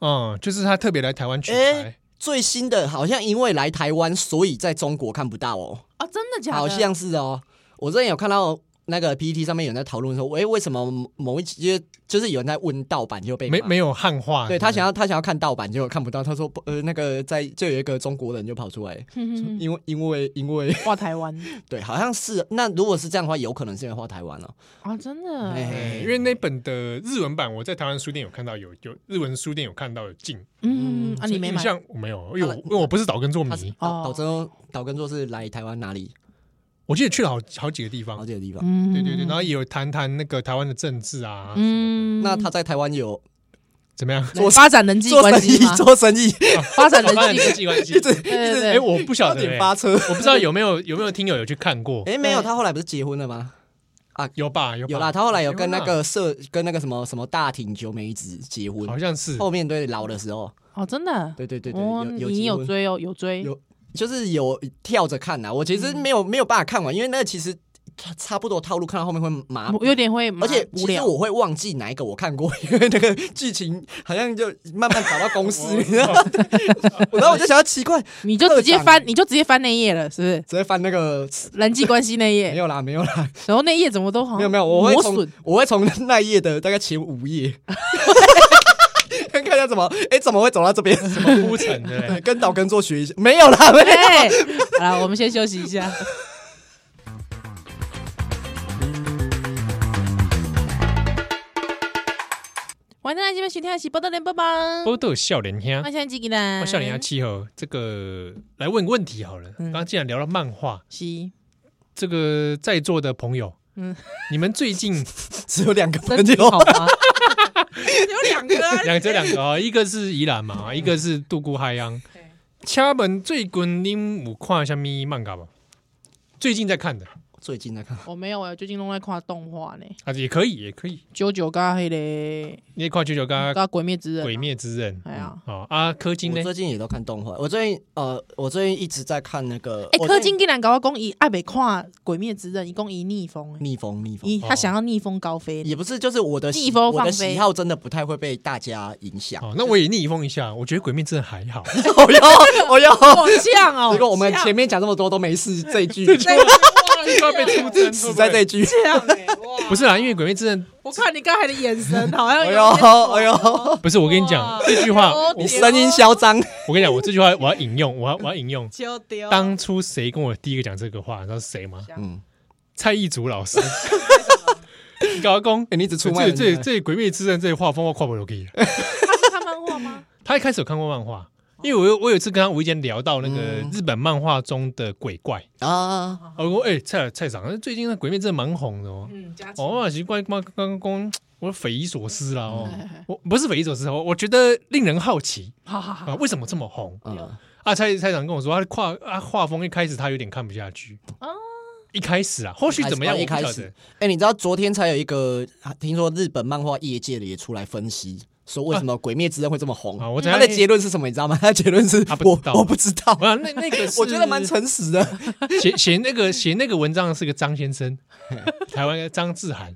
Speaker 2: 嗯就是他特别来台湾取材，
Speaker 3: 哎最新的好像因为来台湾，所以在中国看不到哦。
Speaker 1: 啊，真的假的？
Speaker 3: 好像是哦。我之前有看到那个 PPT 上面有人在讨论说，诶，为什么某一集就是有人在问盗版就被骂
Speaker 2: 没没有汉化，
Speaker 3: 对他想要他想要看盗版，结果看不到。他说不呃，那个在就有一个中国人就跑出来，
Speaker 1: 嗯，
Speaker 3: 因为因为因为 *laughs*
Speaker 1: 画台湾
Speaker 3: 对，好像是那如果是这样的话，有可能是因为画台湾了、
Speaker 1: 啊，真
Speaker 3: 哎
Speaker 1: 的，
Speaker 2: 哎，因为那本的日文版，我在台湾书店有看到有有日文书店有看到有进
Speaker 1: 嗯啊，你没买
Speaker 2: 像我没有，因为我因为我不是岛根做
Speaker 3: 他是
Speaker 2: 迷，
Speaker 1: 哦
Speaker 3: 岛岛根岛根座是来台湾哪里
Speaker 2: 我记得去了好好几个地
Speaker 3: 好
Speaker 2: 方，
Speaker 3: 几个地方？
Speaker 1: 嗯，
Speaker 2: 对对对，然后也有谈谈那个台湾的政治啊，
Speaker 1: 嗯，
Speaker 3: 那他在台湾有
Speaker 2: 怎么样？
Speaker 1: 来发展人际
Speaker 3: 做
Speaker 1: 关
Speaker 3: 生
Speaker 1: 系
Speaker 3: 意
Speaker 1: 吗？
Speaker 3: *laughs* 做生意，
Speaker 1: 发展人
Speaker 2: 发展
Speaker 3: *laughs*
Speaker 2: 人
Speaker 1: 际，
Speaker 2: 际关系
Speaker 3: 一，直
Speaker 1: 对对
Speaker 2: 哎，
Speaker 1: 对，
Speaker 2: 我不晓
Speaker 3: 差
Speaker 2: 得，
Speaker 3: 点
Speaker 2: 哎
Speaker 3: 发车。
Speaker 2: 我不知道有没有有没有听友有去看过，
Speaker 3: 哎，没有，
Speaker 1: 对
Speaker 3: 他后来不是结婚了吗？
Speaker 2: 有吧？有吧
Speaker 3: 有啦，他后来有跟那
Speaker 2: 有啦
Speaker 3: 个社跟那个什么什么大挺久美子结婚，
Speaker 2: 啊好像是
Speaker 3: 后面对老的时候，
Speaker 1: 哦，真的，
Speaker 3: 对对对对，
Speaker 1: 哦，
Speaker 3: 有有
Speaker 1: 你
Speaker 3: 结
Speaker 1: 有
Speaker 3: 婚。
Speaker 1: 追哦，有追，
Speaker 3: 有就是有跳着看呐、啊我其实没有、没有办法看完，因为那其实差差不多套路看到后面会麻木
Speaker 1: 我有点会麻，
Speaker 3: 而且
Speaker 1: 无
Speaker 3: 其实
Speaker 1: 聊，
Speaker 3: 我会忘记哪一个我看过，因为那个剧情好像就慢慢找到
Speaker 1: *laughs*
Speaker 3: 公式，你知道
Speaker 1: 哦
Speaker 3: 吗？ *laughs* 然后我就想要奇怪，
Speaker 1: 你就直接翻，你就直接翻那一页了，是不是？
Speaker 3: 直接翻
Speaker 1: *laughs*
Speaker 3: 那个
Speaker 1: 人际关系那一
Speaker 3: 没
Speaker 1: 页，
Speaker 3: 有啦，没有啦，
Speaker 1: 然后那一页怎么都好像
Speaker 3: 没有没有，我会
Speaker 1: 哦磨
Speaker 3: 从
Speaker 1: 损，
Speaker 3: 我会从那一页的大概前
Speaker 1: *laughs*
Speaker 3: 五页。看一下怎么，哎、怎么会走到这边？ *laughs*
Speaker 2: 什么哦铺陈的嘞，
Speaker 3: 跟岛根做学一下，没有啦，没有。
Speaker 1: 哎，好了，我们先休息一下。晚上来这边收听的是《报道联播榜》，
Speaker 2: 都都有笑脸
Speaker 1: 我
Speaker 2: 兄。
Speaker 1: 现在几个人？
Speaker 2: 我笑脸要气候，这个来问个问题好了。
Speaker 1: 嗯
Speaker 2: 刚刚既然聊到漫画，
Speaker 1: 是
Speaker 2: 这个在座的朋友，
Speaker 1: 嗯
Speaker 2: 嗯，你们最
Speaker 3: *laughs*
Speaker 2: 近
Speaker 3: 只有两个朋
Speaker 1: 身体好
Speaker 3: 友，
Speaker 1: 吗？有两个啊，
Speaker 2: 两这两个哦，一个是宜兰
Speaker 3: 嗯
Speaker 2: 嘛，一个是杜姑海洋
Speaker 1: 对。
Speaker 2: 敲门最近你有看什么漫画吗？最近在看的
Speaker 3: 最近在看，
Speaker 1: 我没有哎，我最近都在看动画呢，《
Speaker 2: 啊，也可以，也可以。
Speaker 1: 九九加黑嘞
Speaker 2: 你也看《九九》跟
Speaker 1: 跟
Speaker 2: 《
Speaker 1: 《呃鬼灭之刃》啊
Speaker 2: 鬼灭之刃》
Speaker 1: 哎呀，
Speaker 2: 哦啊，柯金呢
Speaker 3: 嗯我？最近也都看动画。我最近呃，我最近一直在看那个，
Speaker 1: 哎，
Speaker 3: 我
Speaker 1: 柯
Speaker 3: 最
Speaker 1: 金
Speaker 3: 近
Speaker 1: 竟然搞我讲伊爱北看《鬼灭之刃》，一共一逆风哎，
Speaker 3: 逆风逆风
Speaker 1: 一他想要逆风高飞，
Speaker 3: 也不是，就是我的喜
Speaker 1: 逆风
Speaker 3: 我的
Speaker 1: 放飞
Speaker 3: 喜好真的不太会被大家
Speaker 1: *laughs*
Speaker 3: 影响。
Speaker 2: 哦，那我也逆风一下，我觉得《鬼灭之刃》还好。
Speaker 3: 哦 *laughs* 哟哦哟，
Speaker 1: 好像哦，
Speaker 3: *laughs* 结果我们
Speaker 1: 像
Speaker 3: 前面讲这么多都没事，这一
Speaker 1: *laughs*
Speaker 3: 句 *laughs*
Speaker 1: 对啊哇你 *laughs*
Speaker 2: 要被出征，
Speaker 3: 死在这一句。
Speaker 1: 这样
Speaker 3: *laughs*
Speaker 1: 哎、哇！
Speaker 2: 不是啦，因为《鬼灭之刃
Speaker 1: 我看你刚才的眼神，好像
Speaker 3: 哎
Speaker 1: 有
Speaker 3: 呦
Speaker 1: 点爽
Speaker 3: 哎
Speaker 1: *laughs*
Speaker 3: 呦，》
Speaker 2: 不是我跟你讲
Speaker 1: 哇
Speaker 2: 这句话，
Speaker 1: 哦
Speaker 2: 我
Speaker 3: 你声音嚣张，
Speaker 2: 我跟你讲，我这句话我要引用，我要我要引用。
Speaker 1: 丢丢
Speaker 2: 当初谁跟我第一个讲这个话，你知道是谁吗？
Speaker 3: 嗯，
Speaker 2: 蔡义祖
Speaker 3: *laughs*
Speaker 2: 老师。高工，
Speaker 3: 哎你一直出卖
Speaker 2: 这
Speaker 3: 人家
Speaker 2: 这这《鬼灭之刃》这画风我跨不了可以。
Speaker 1: 他是看漫画
Speaker 3: *laughs*
Speaker 1: 吗？
Speaker 2: 他一开始有看过漫画，因为我有我有一次跟他无意间聊到那个
Speaker 3: 哦嗯
Speaker 2: 日本漫画中的鬼怪，
Speaker 3: 啊，
Speaker 2: 我说：“哎、蔡蔡长，那最近那《鬼灭之刃》蛮红的哦。
Speaker 1: 嗯，加起
Speaker 2: 哦，我奇怪，刚刚刚我匪夷所思啦哦
Speaker 1: 嗯，
Speaker 2: 我不是匪夷所思，哦我我觉得令人好奇
Speaker 1: 好好
Speaker 2: 啊，
Speaker 1: 好，
Speaker 2: 为什么这么红？
Speaker 3: 嗯，
Speaker 2: 啊，蔡蔡长跟我说，他画啊画风一开始他有点看不下去
Speaker 1: 哦
Speaker 2: 一开始啊，后续怎么样
Speaker 3: 哦
Speaker 2: 我
Speaker 3: 一
Speaker 2: 不
Speaker 3: 开
Speaker 2: 晓得
Speaker 3: 始。哎，你知道昨天才有一个，听说日本漫画业界的也出来分析，说为什么《鬼灭之刃》会这么红
Speaker 2: 啊我等下啊
Speaker 3: 他的结论是什么？你知道吗？他的结论是
Speaker 2: 他不
Speaker 3: 我
Speaker 2: 知道
Speaker 3: 我不知道，
Speaker 2: 啊，那那个是
Speaker 3: *laughs* 我觉得蛮诚实的。
Speaker 2: 写写那个写那个文章的是个张先
Speaker 3: *laughs*
Speaker 2: 生，台湾的张志涵，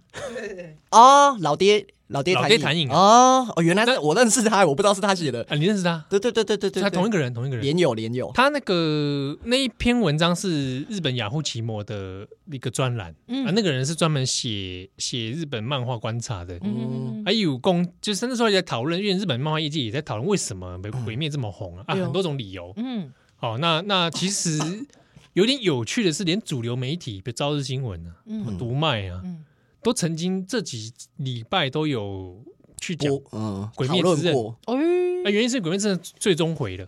Speaker 3: 哦，老爹，老爹，
Speaker 2: 老爹谭颖啊
Speaker 3: 哦，哦，原来是我认识他，我不知道是他写的。
Speaker 2: 啊，你认识他？
Speaker 3: 对对对对对对，
Speaker 2: 他同一个
Speaker 3: 个
Speaker 2: 人，同一个人。
Speaker 3: 连友连友，
Speaker 2: 他那个那一篇文章是日本雅虎奇摩的一个专栏、
Speaker 1: 嗯
Speaker 2: 啊，那个人是专门写写日本漫画观察的。
Speaker 1: 嗯，
Speaker 2: 还有公就是那时候也在讨论，因为日本漫画业界也在讨论为什么鬼鬼灭这么红啊，啊
Speaker 1: 嗯对哦
Speaker 2: 很多种理由。
Speaker 1: 嗯，
Speaker 2: 哦，那那其实有点有趣的是，连主流媒体，比如《朝日新闻》啊、
Speaker 1: 嗯
Speaker 2: 读卖啊，
Speaker 1: 嗯
Speaker 2: 都曾经这几礼拜都有去讲。
Speaker 1: 哦
Speaker 3: 我嗯，
Speaker 2: 鬼
Speaker 3: 讨
Speaker 2: 灭之
Speaker 3: 论
Speaker 2: 刃
Speaker 3: 过，
Speaker 2: 那
Speaker 1: 哎，
Speaker 2: 原因是鬼灭真的最终回了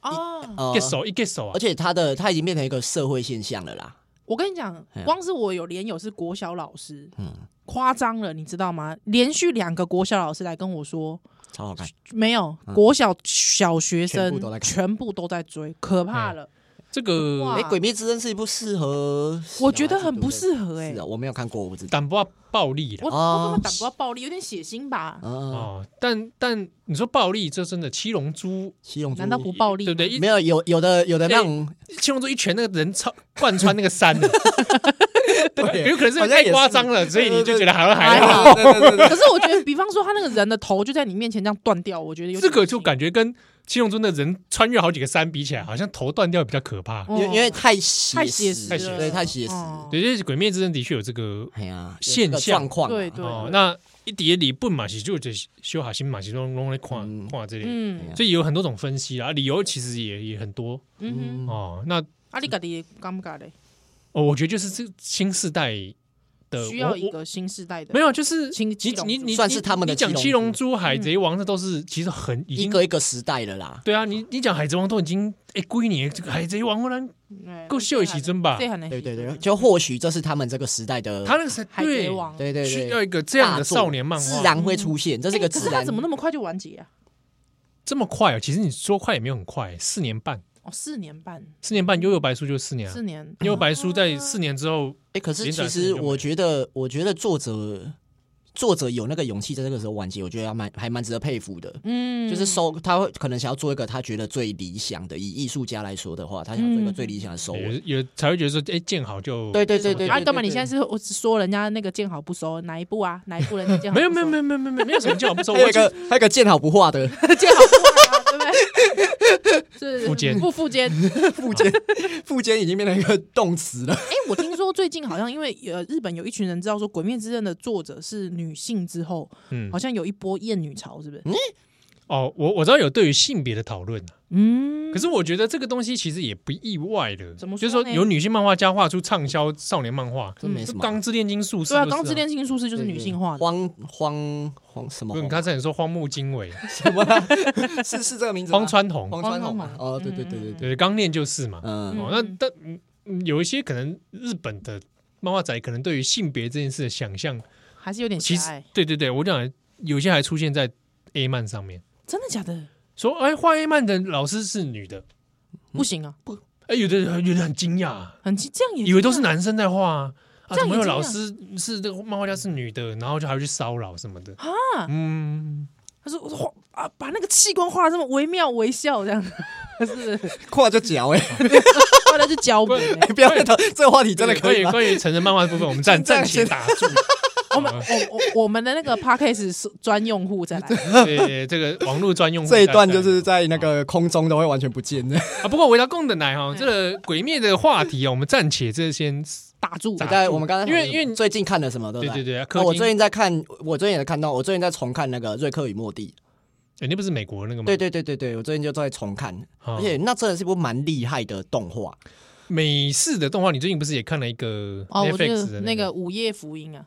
Speaker 1: 哦，
Speaker 3: 呃
Speaker 2: ，get 手一 get 手啊
Speaker 3: 而，且他的他已经变成一个社会现象了啦。
Speaker 1: 我跟你讲
Speaker 3: 哎，呀
Speaker 1: 光是我有连友是国小老师，
Speaker 3: 嗯，
Speaker 1: 夸张了，你知道吗？连续两个国小老师来跟我说，
Speaker 3: 超好看。
Speaker 1: 没有国小小学
Speaker 3: 嗯全部都
Speaker 1: 生
Speaker 3: 在看嗯
Speaker 1: 全部都在追，可怕了。
Speaker 2: 这个
Speaker 1: 哇
Speaker 3: 哎，《鬼灭之刃》是一部适合小孩子，
Speaker 1: 我觉得很不适
Speaker 3: 合。
Speaker 1: 合哎、
Speaker 3: 是啊，我没有看过，我不知道。
Speaker 2: 胆不暴力了
Speaker 1: 我
Speaker 3: 哦
Speaker 1: 我怎么打不到暴力，有点血腥吧？
Speaker 3: 啊，
Speaker 2: 哦，但但你说暴力，这真的七龙珠
Speaker 3: 七龙珠
Speaker 1: 难道不暴力？
Speaker 2: 对不对？一
Speaker 3: 没有有有的有的
Speaker 2: 哎
Speaker 3: 那种，
Speaker 2: 七龙珠一拳，那个人超贯穿那个
Speaker 1: *laughs*
Speaker 2: 山的，
Speaker 3: 对
Speaker 2: 有可能是
Speaker 3: 好像
Speaker 2: 太
Speaker 3: 也是
Speaker 2: 夸张了，所以你就觉得好像还
Speaker 1: 还
Speaker 2: 好。
Speaker 1: 好。
Speaker 3: *laughs*
Speaker 1: 可是我觉得，比方说他那个人的头就在你面前这样断掉，我觉得有
Speaker 2: *laughs* 这
Speaker 1: 点
Speaker 2: 个就
Speaker 1: 感
Speaker 2: 感觉跟七龙珠的人穿越好几个山比起来，好像头断掉比较可
Speaker 1: 嗯
Speaker 2: 怕。
Speaker 3: 因为因为太写
Speaker 1: 太写实
Speaker 3: 实，
Speaker 1: 了，
Speaker 3: 对，太写实。
Speaker 1: 哦
Speaker 2: 对，就是《鬼灭之刃》的确有这个
Speaker 3: 哎呀，
Speaker 2: 现
Speaker 3: 有这个
Speaker 2: 象
Speaker 3: 状况啊，
Speaker 1: 对对，
Speaker 2: 哦
Speaker 1: 对。
Speaker 2: 那一叠里不马西就这修好心马西拢拢来看、看这类，
Speaker 1: 嗯
Speaker 2: 所以有很多种分析啊，理由其实也也很多
Speaker 1: 嗯哼，
Speaker 2: 哦。那
Speaker 1: 啊，你家己感觉嘞，
Speaker 2: 哦，我觉得就是这新世代的
Speaker 1: 需要一
Speaker 2: 我
Speaker 1: 个新时代的，
Speaker 2: 我没有，就是
Speaker 1: 新
Speaker 2: 你
Speaker 1: 七龙珠
Speaker 2: 你你
Speaker 3: 算是他们的
Speaker 2: 你讲
Speaker 3: 七
Speaker 2: 七
Speaker 3: 龙珠
Speaker 2: 龙珠、海贼王，这都是其实很已
Speaker 3: 一
Speaker 2: 经
Speaker 3: 个一个时代了啦。
Speaker 2: 对啊，你你讲海贼王都已经哎归你这个海贼王，我然
Speaker 1: 哎
Speaker 2: 够秀一起尊吧
Speaker 1: 这？很难，
Speaker 3: 对对对，就或许这是他们这个时代的，
Speaker 2: 他那个是
Speaker 1: 海贼
Speaker 2: 对
Speaker 1: 王，
Speaker 3: 对对
Speaker 2: 需
Speaker 3: 对，
Speaker 2: 要一个这样的
Speaker 3: 大作
Speaker 2: 少年漫
Speaker 3: 自
Speaker 2: 画，
Speaker 3: 然会出现，这是一个
Speaker 1: 哎可
Speaker 3: 自
Speaker 1: 是他
Speaker 3: 然
Speaker 1: 怎。么那么快就完结啊？
Speaker 2: 这么快哦？其实你说快也没有很快，四年半，
Speaker 1: 哦，四年半，
Speaker 2: 四年半，悠悠白书就是四年啊
Speaker 1: 四。年，
Speaker 2: 悠悠白书在四年之后，
Speaker 3: 哎，可是
Speaker 2: 连载
Speaker 3: 其
Speaker 2: 时间
Speaker 3: 实
Speaker 2: 就没有
Speaker 3: 我觉得，我觉得作者作者有那个勇气在这个时候完结，我觉得要蛮还蛮值得佩服的。
Speaker 1: 嗯，
Speaker 3: 就是收，他会可能想要做一个他觉得最理想的，以艺术家来说的话，他想做一个最理想的收尾。
Speaker 2: 有有才会觉得说，哎，见好就
Speaker 3: 对对对对，
Speaker 1: 啊，
Speaker 3: 对
Speaker 1: 干嘛？你现在是我只说人家那个见好不收哪一部啊？哪一部人家见好？
Speaker 2: 没有没有没有没有没有没有什么见好不
Speaker 3: *laughs*
Speaker 2: 收，
Speaker 3: 还有
Speaker 2: 我
Speaker 3: 一
Speaker 2: 就
Speaker 3: 个还有一个见好不化的
Speaker 1: 有，见好不收啊，对 *laughs* 不对？是
Speaker 2: 附件
Speaker 1: 不附件。哎，
Speaker 3: 附件，附件已经变成一个动词了。
Speaker 1: 我听说最近好像因为呃日本有一群人知道说《鬼灭之刃》的作者是女性之后，
Speaker 2: 嗯
Speaker 1: 好像有一波厌女潮，是不是？
Speaker 2: 哦，我我知道有对于性别的讨论啊，
Speaker 1: 嗯，
Speaker 2: 可是我觉得这个东西其实也不意外的，
Speaker 1: 怎么
Speaker 2: 就是
Speaker 1: 说
Speaker 2: 说
Speaker 1: 呢
Speaker 2: 有女性漫画家画出畅销少年漫画，
Speaker 3: 这没什
Speaker 2: 就
Speaker 3: 么，
Speaker 2: 钢之炼金术士
Speaker 1: 对啊，
Speaker 2: 就是嗯
Speaker 1: 钢之炼金术士就是女性化的，
Speaker 3: 荒荒荒什么啊
Speaker 2: 不，你刚才你说荒木
Speaker 1: *laughs*
Speaker 2: 经惟、
Speaker 3: 什么啦？是是这个名
Speaker 1: 啊
Speaker 3: 字吗？
Speaker 2: 荒川弘，
Speaker 3: 荒川
Speaker 1: 荒
Speaker 3: 弘
Speaker 1: 川
Speaker 3: 啊
Speaker 1: 弘
Speaker 3: 哦，对对对对对，
Speaker 2: 对，刚练就是嘛。
Speaker 3: 嗯，
Speaker 2: 哦，那
Speaker 1: 嗯
Speaker 2: 但嗯嗯有一些可能日本的漫画仔可能对于性别这件事的想象，
Speaker 1: 还是有点
Speaker 2: 其
Speaker 1: 狭
Speaker 2: 实
Speaker 1: 隘。
Speaker 2: 对对对，我讲有些还出现在 A 漫上面，
Speaker 1: 真的假的？
Speaker 2: 说哎画 A 漫的老师是女的，
Speaker 1: 不行啊，
Speaker 2: 哎有的人有的很惊讶啊，
Speaker 1: 很奇这样也
Speaker 2: 以为都是男生在画啊。啊，
Speaker 1: 这样
Speaker 2: 怎
Speaker 1: 也
Speaker 2: 么有
Speaker 1: 惊讶
Speaker 2: 老师是这个漫画家是女的，然后就还会去骚扰什
Speaker 3: *laughs*
Speaker 2: 么的啊？嗯，
Speaker 1: 他说画啊，把那个器官画的这么惟妙惟肖，这样是不是
Speaker 3: 跨就脚哎，
Speaker 1: 画的是胶笔、
Speaker 2: 不
Speaker 1: 欸。
Speaker 3: 不要再讨这个话题真的可
Speaker 2: 关
Speaker 3: 以
Speaker 2: 于
Speaker 3: 吗？
Speaker 2: 关于成人漫画的部分，
Speaker 3: *laughs*
Speaker 2: 我们暂
Speaker 3: 这样
Speaker 2: 暂且打
Speaker 3: *laughs*
Speaker 2: 住。
Speaker 1: 我们我我我们的那个 p a c k a g e 是专用户再来，
Speaker 2: 对呃这个网络专用户
Speaker 3: 这一
Speaker 2: 在
Speaker 3: 段就是在
Speaker 2: 啊
Speaker 3: 那个空中都会完全不见的。
Speaker 2: 啊。不过回到共的奶
Speaker 3: 嗯
Speaker 2: 哈，这个鬼灭的话题啊，我们暂且这先
Speaker 1: 打住。
Speaker 2: 打
Speaker 3: 在我们刚才
Speaker 2: 因为因为
Speaker 3: 最近看了什么？对
Speaker 2: 对
Speaker 3: 不
Speaker 2: 对啊
Speaker 3: 对？
Speaker 2: 对，
Speaker 3: 哦
Speaker 2: 氪
Speaker 3: 我
Speaker 2: 金
Speaker 3: 最，近在看，我最近也看到，我最近在重看那个《瑞克与莫蒂》。
Speaker 2: 哎那不是美国那个吗？
Speaker 3: 对对对对对，我最近就在重看，
Speaker 2: 哦
Speaker 3: 而且那真的是一部蛮厉害的动画。
Speaker 2: 美式的动画，你最近不是也看了一个
Speaker 1: 哦，我就
Speaker 2: Netflix
Speaker 1: 是
Speaker 2: 的
Speaker 1: 那
Speaker 2: 个
Speaker 1: 个？午夜福音啊，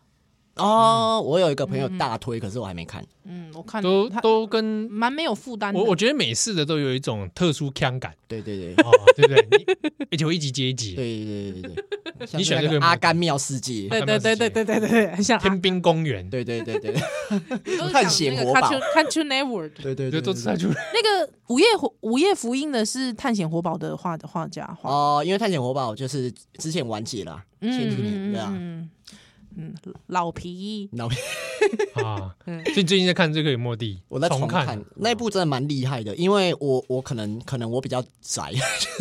Speaker 3: 哦，我有一个朋友大推，可是我还没看。
Speaker 1: 嗯，我看
Speaker 2: 都
Speaker 1: 他
Speaker 2: 都跟
Speaker 1: 蛮没有负担的。
Speaker 2: 我我觉得美式的都有一种特殊腔感，
Speaker 3: 对对对。
Speaker 2: 哦，对不对？你而且我一集接一集，
Speaker 3: 对对对对对对，像
Speaker 2: 你
Speaker 3: 是
Speaker 2: 选
Speaker 3: 那
Speaker 2: 这个
Speaker 3: 个
Speaker 2: 吗
Speaker 3: 阿甘妙世界，
Speaker 1: 对对对对对对对对，很像啊
Speaker 2: 天兵公园，
Speaker 3: 对对对对对
Speaker 1: 都是讲
Speaker 3: 探险
Speaker 1: 那个
Speaker 3: 活宝
Speaker 1: Cartoon Cartoon Network
Speaker 3: 对对
Speaker 2: 就
Speaker 3: 对，
Speaker 2: 都
Speaker 3: 对
Speaker 2: 猜出来。
Speaker 1: 那个午夜火午夜福音的是探险活宝的画的画家画，
Speaker 3: 哦，因为探险活宝就是之前完结了啊，前几年
Speaker 1: 嗯嗯
Speaker 3: 对啊，
Speaker 1: 嗯嗯，嗯老皮
Speaker 3: 然后
Speaker 2: *laughs* 啊，
Speaker 1: 嗯
Speaker 2: 所以最近在看这个莫蒂，
Speaker 3: 我在重
Speaker 2: 看嗯
Speaker 3: 看那部真的蛮厉害的，因为我我可能可能我比较宅，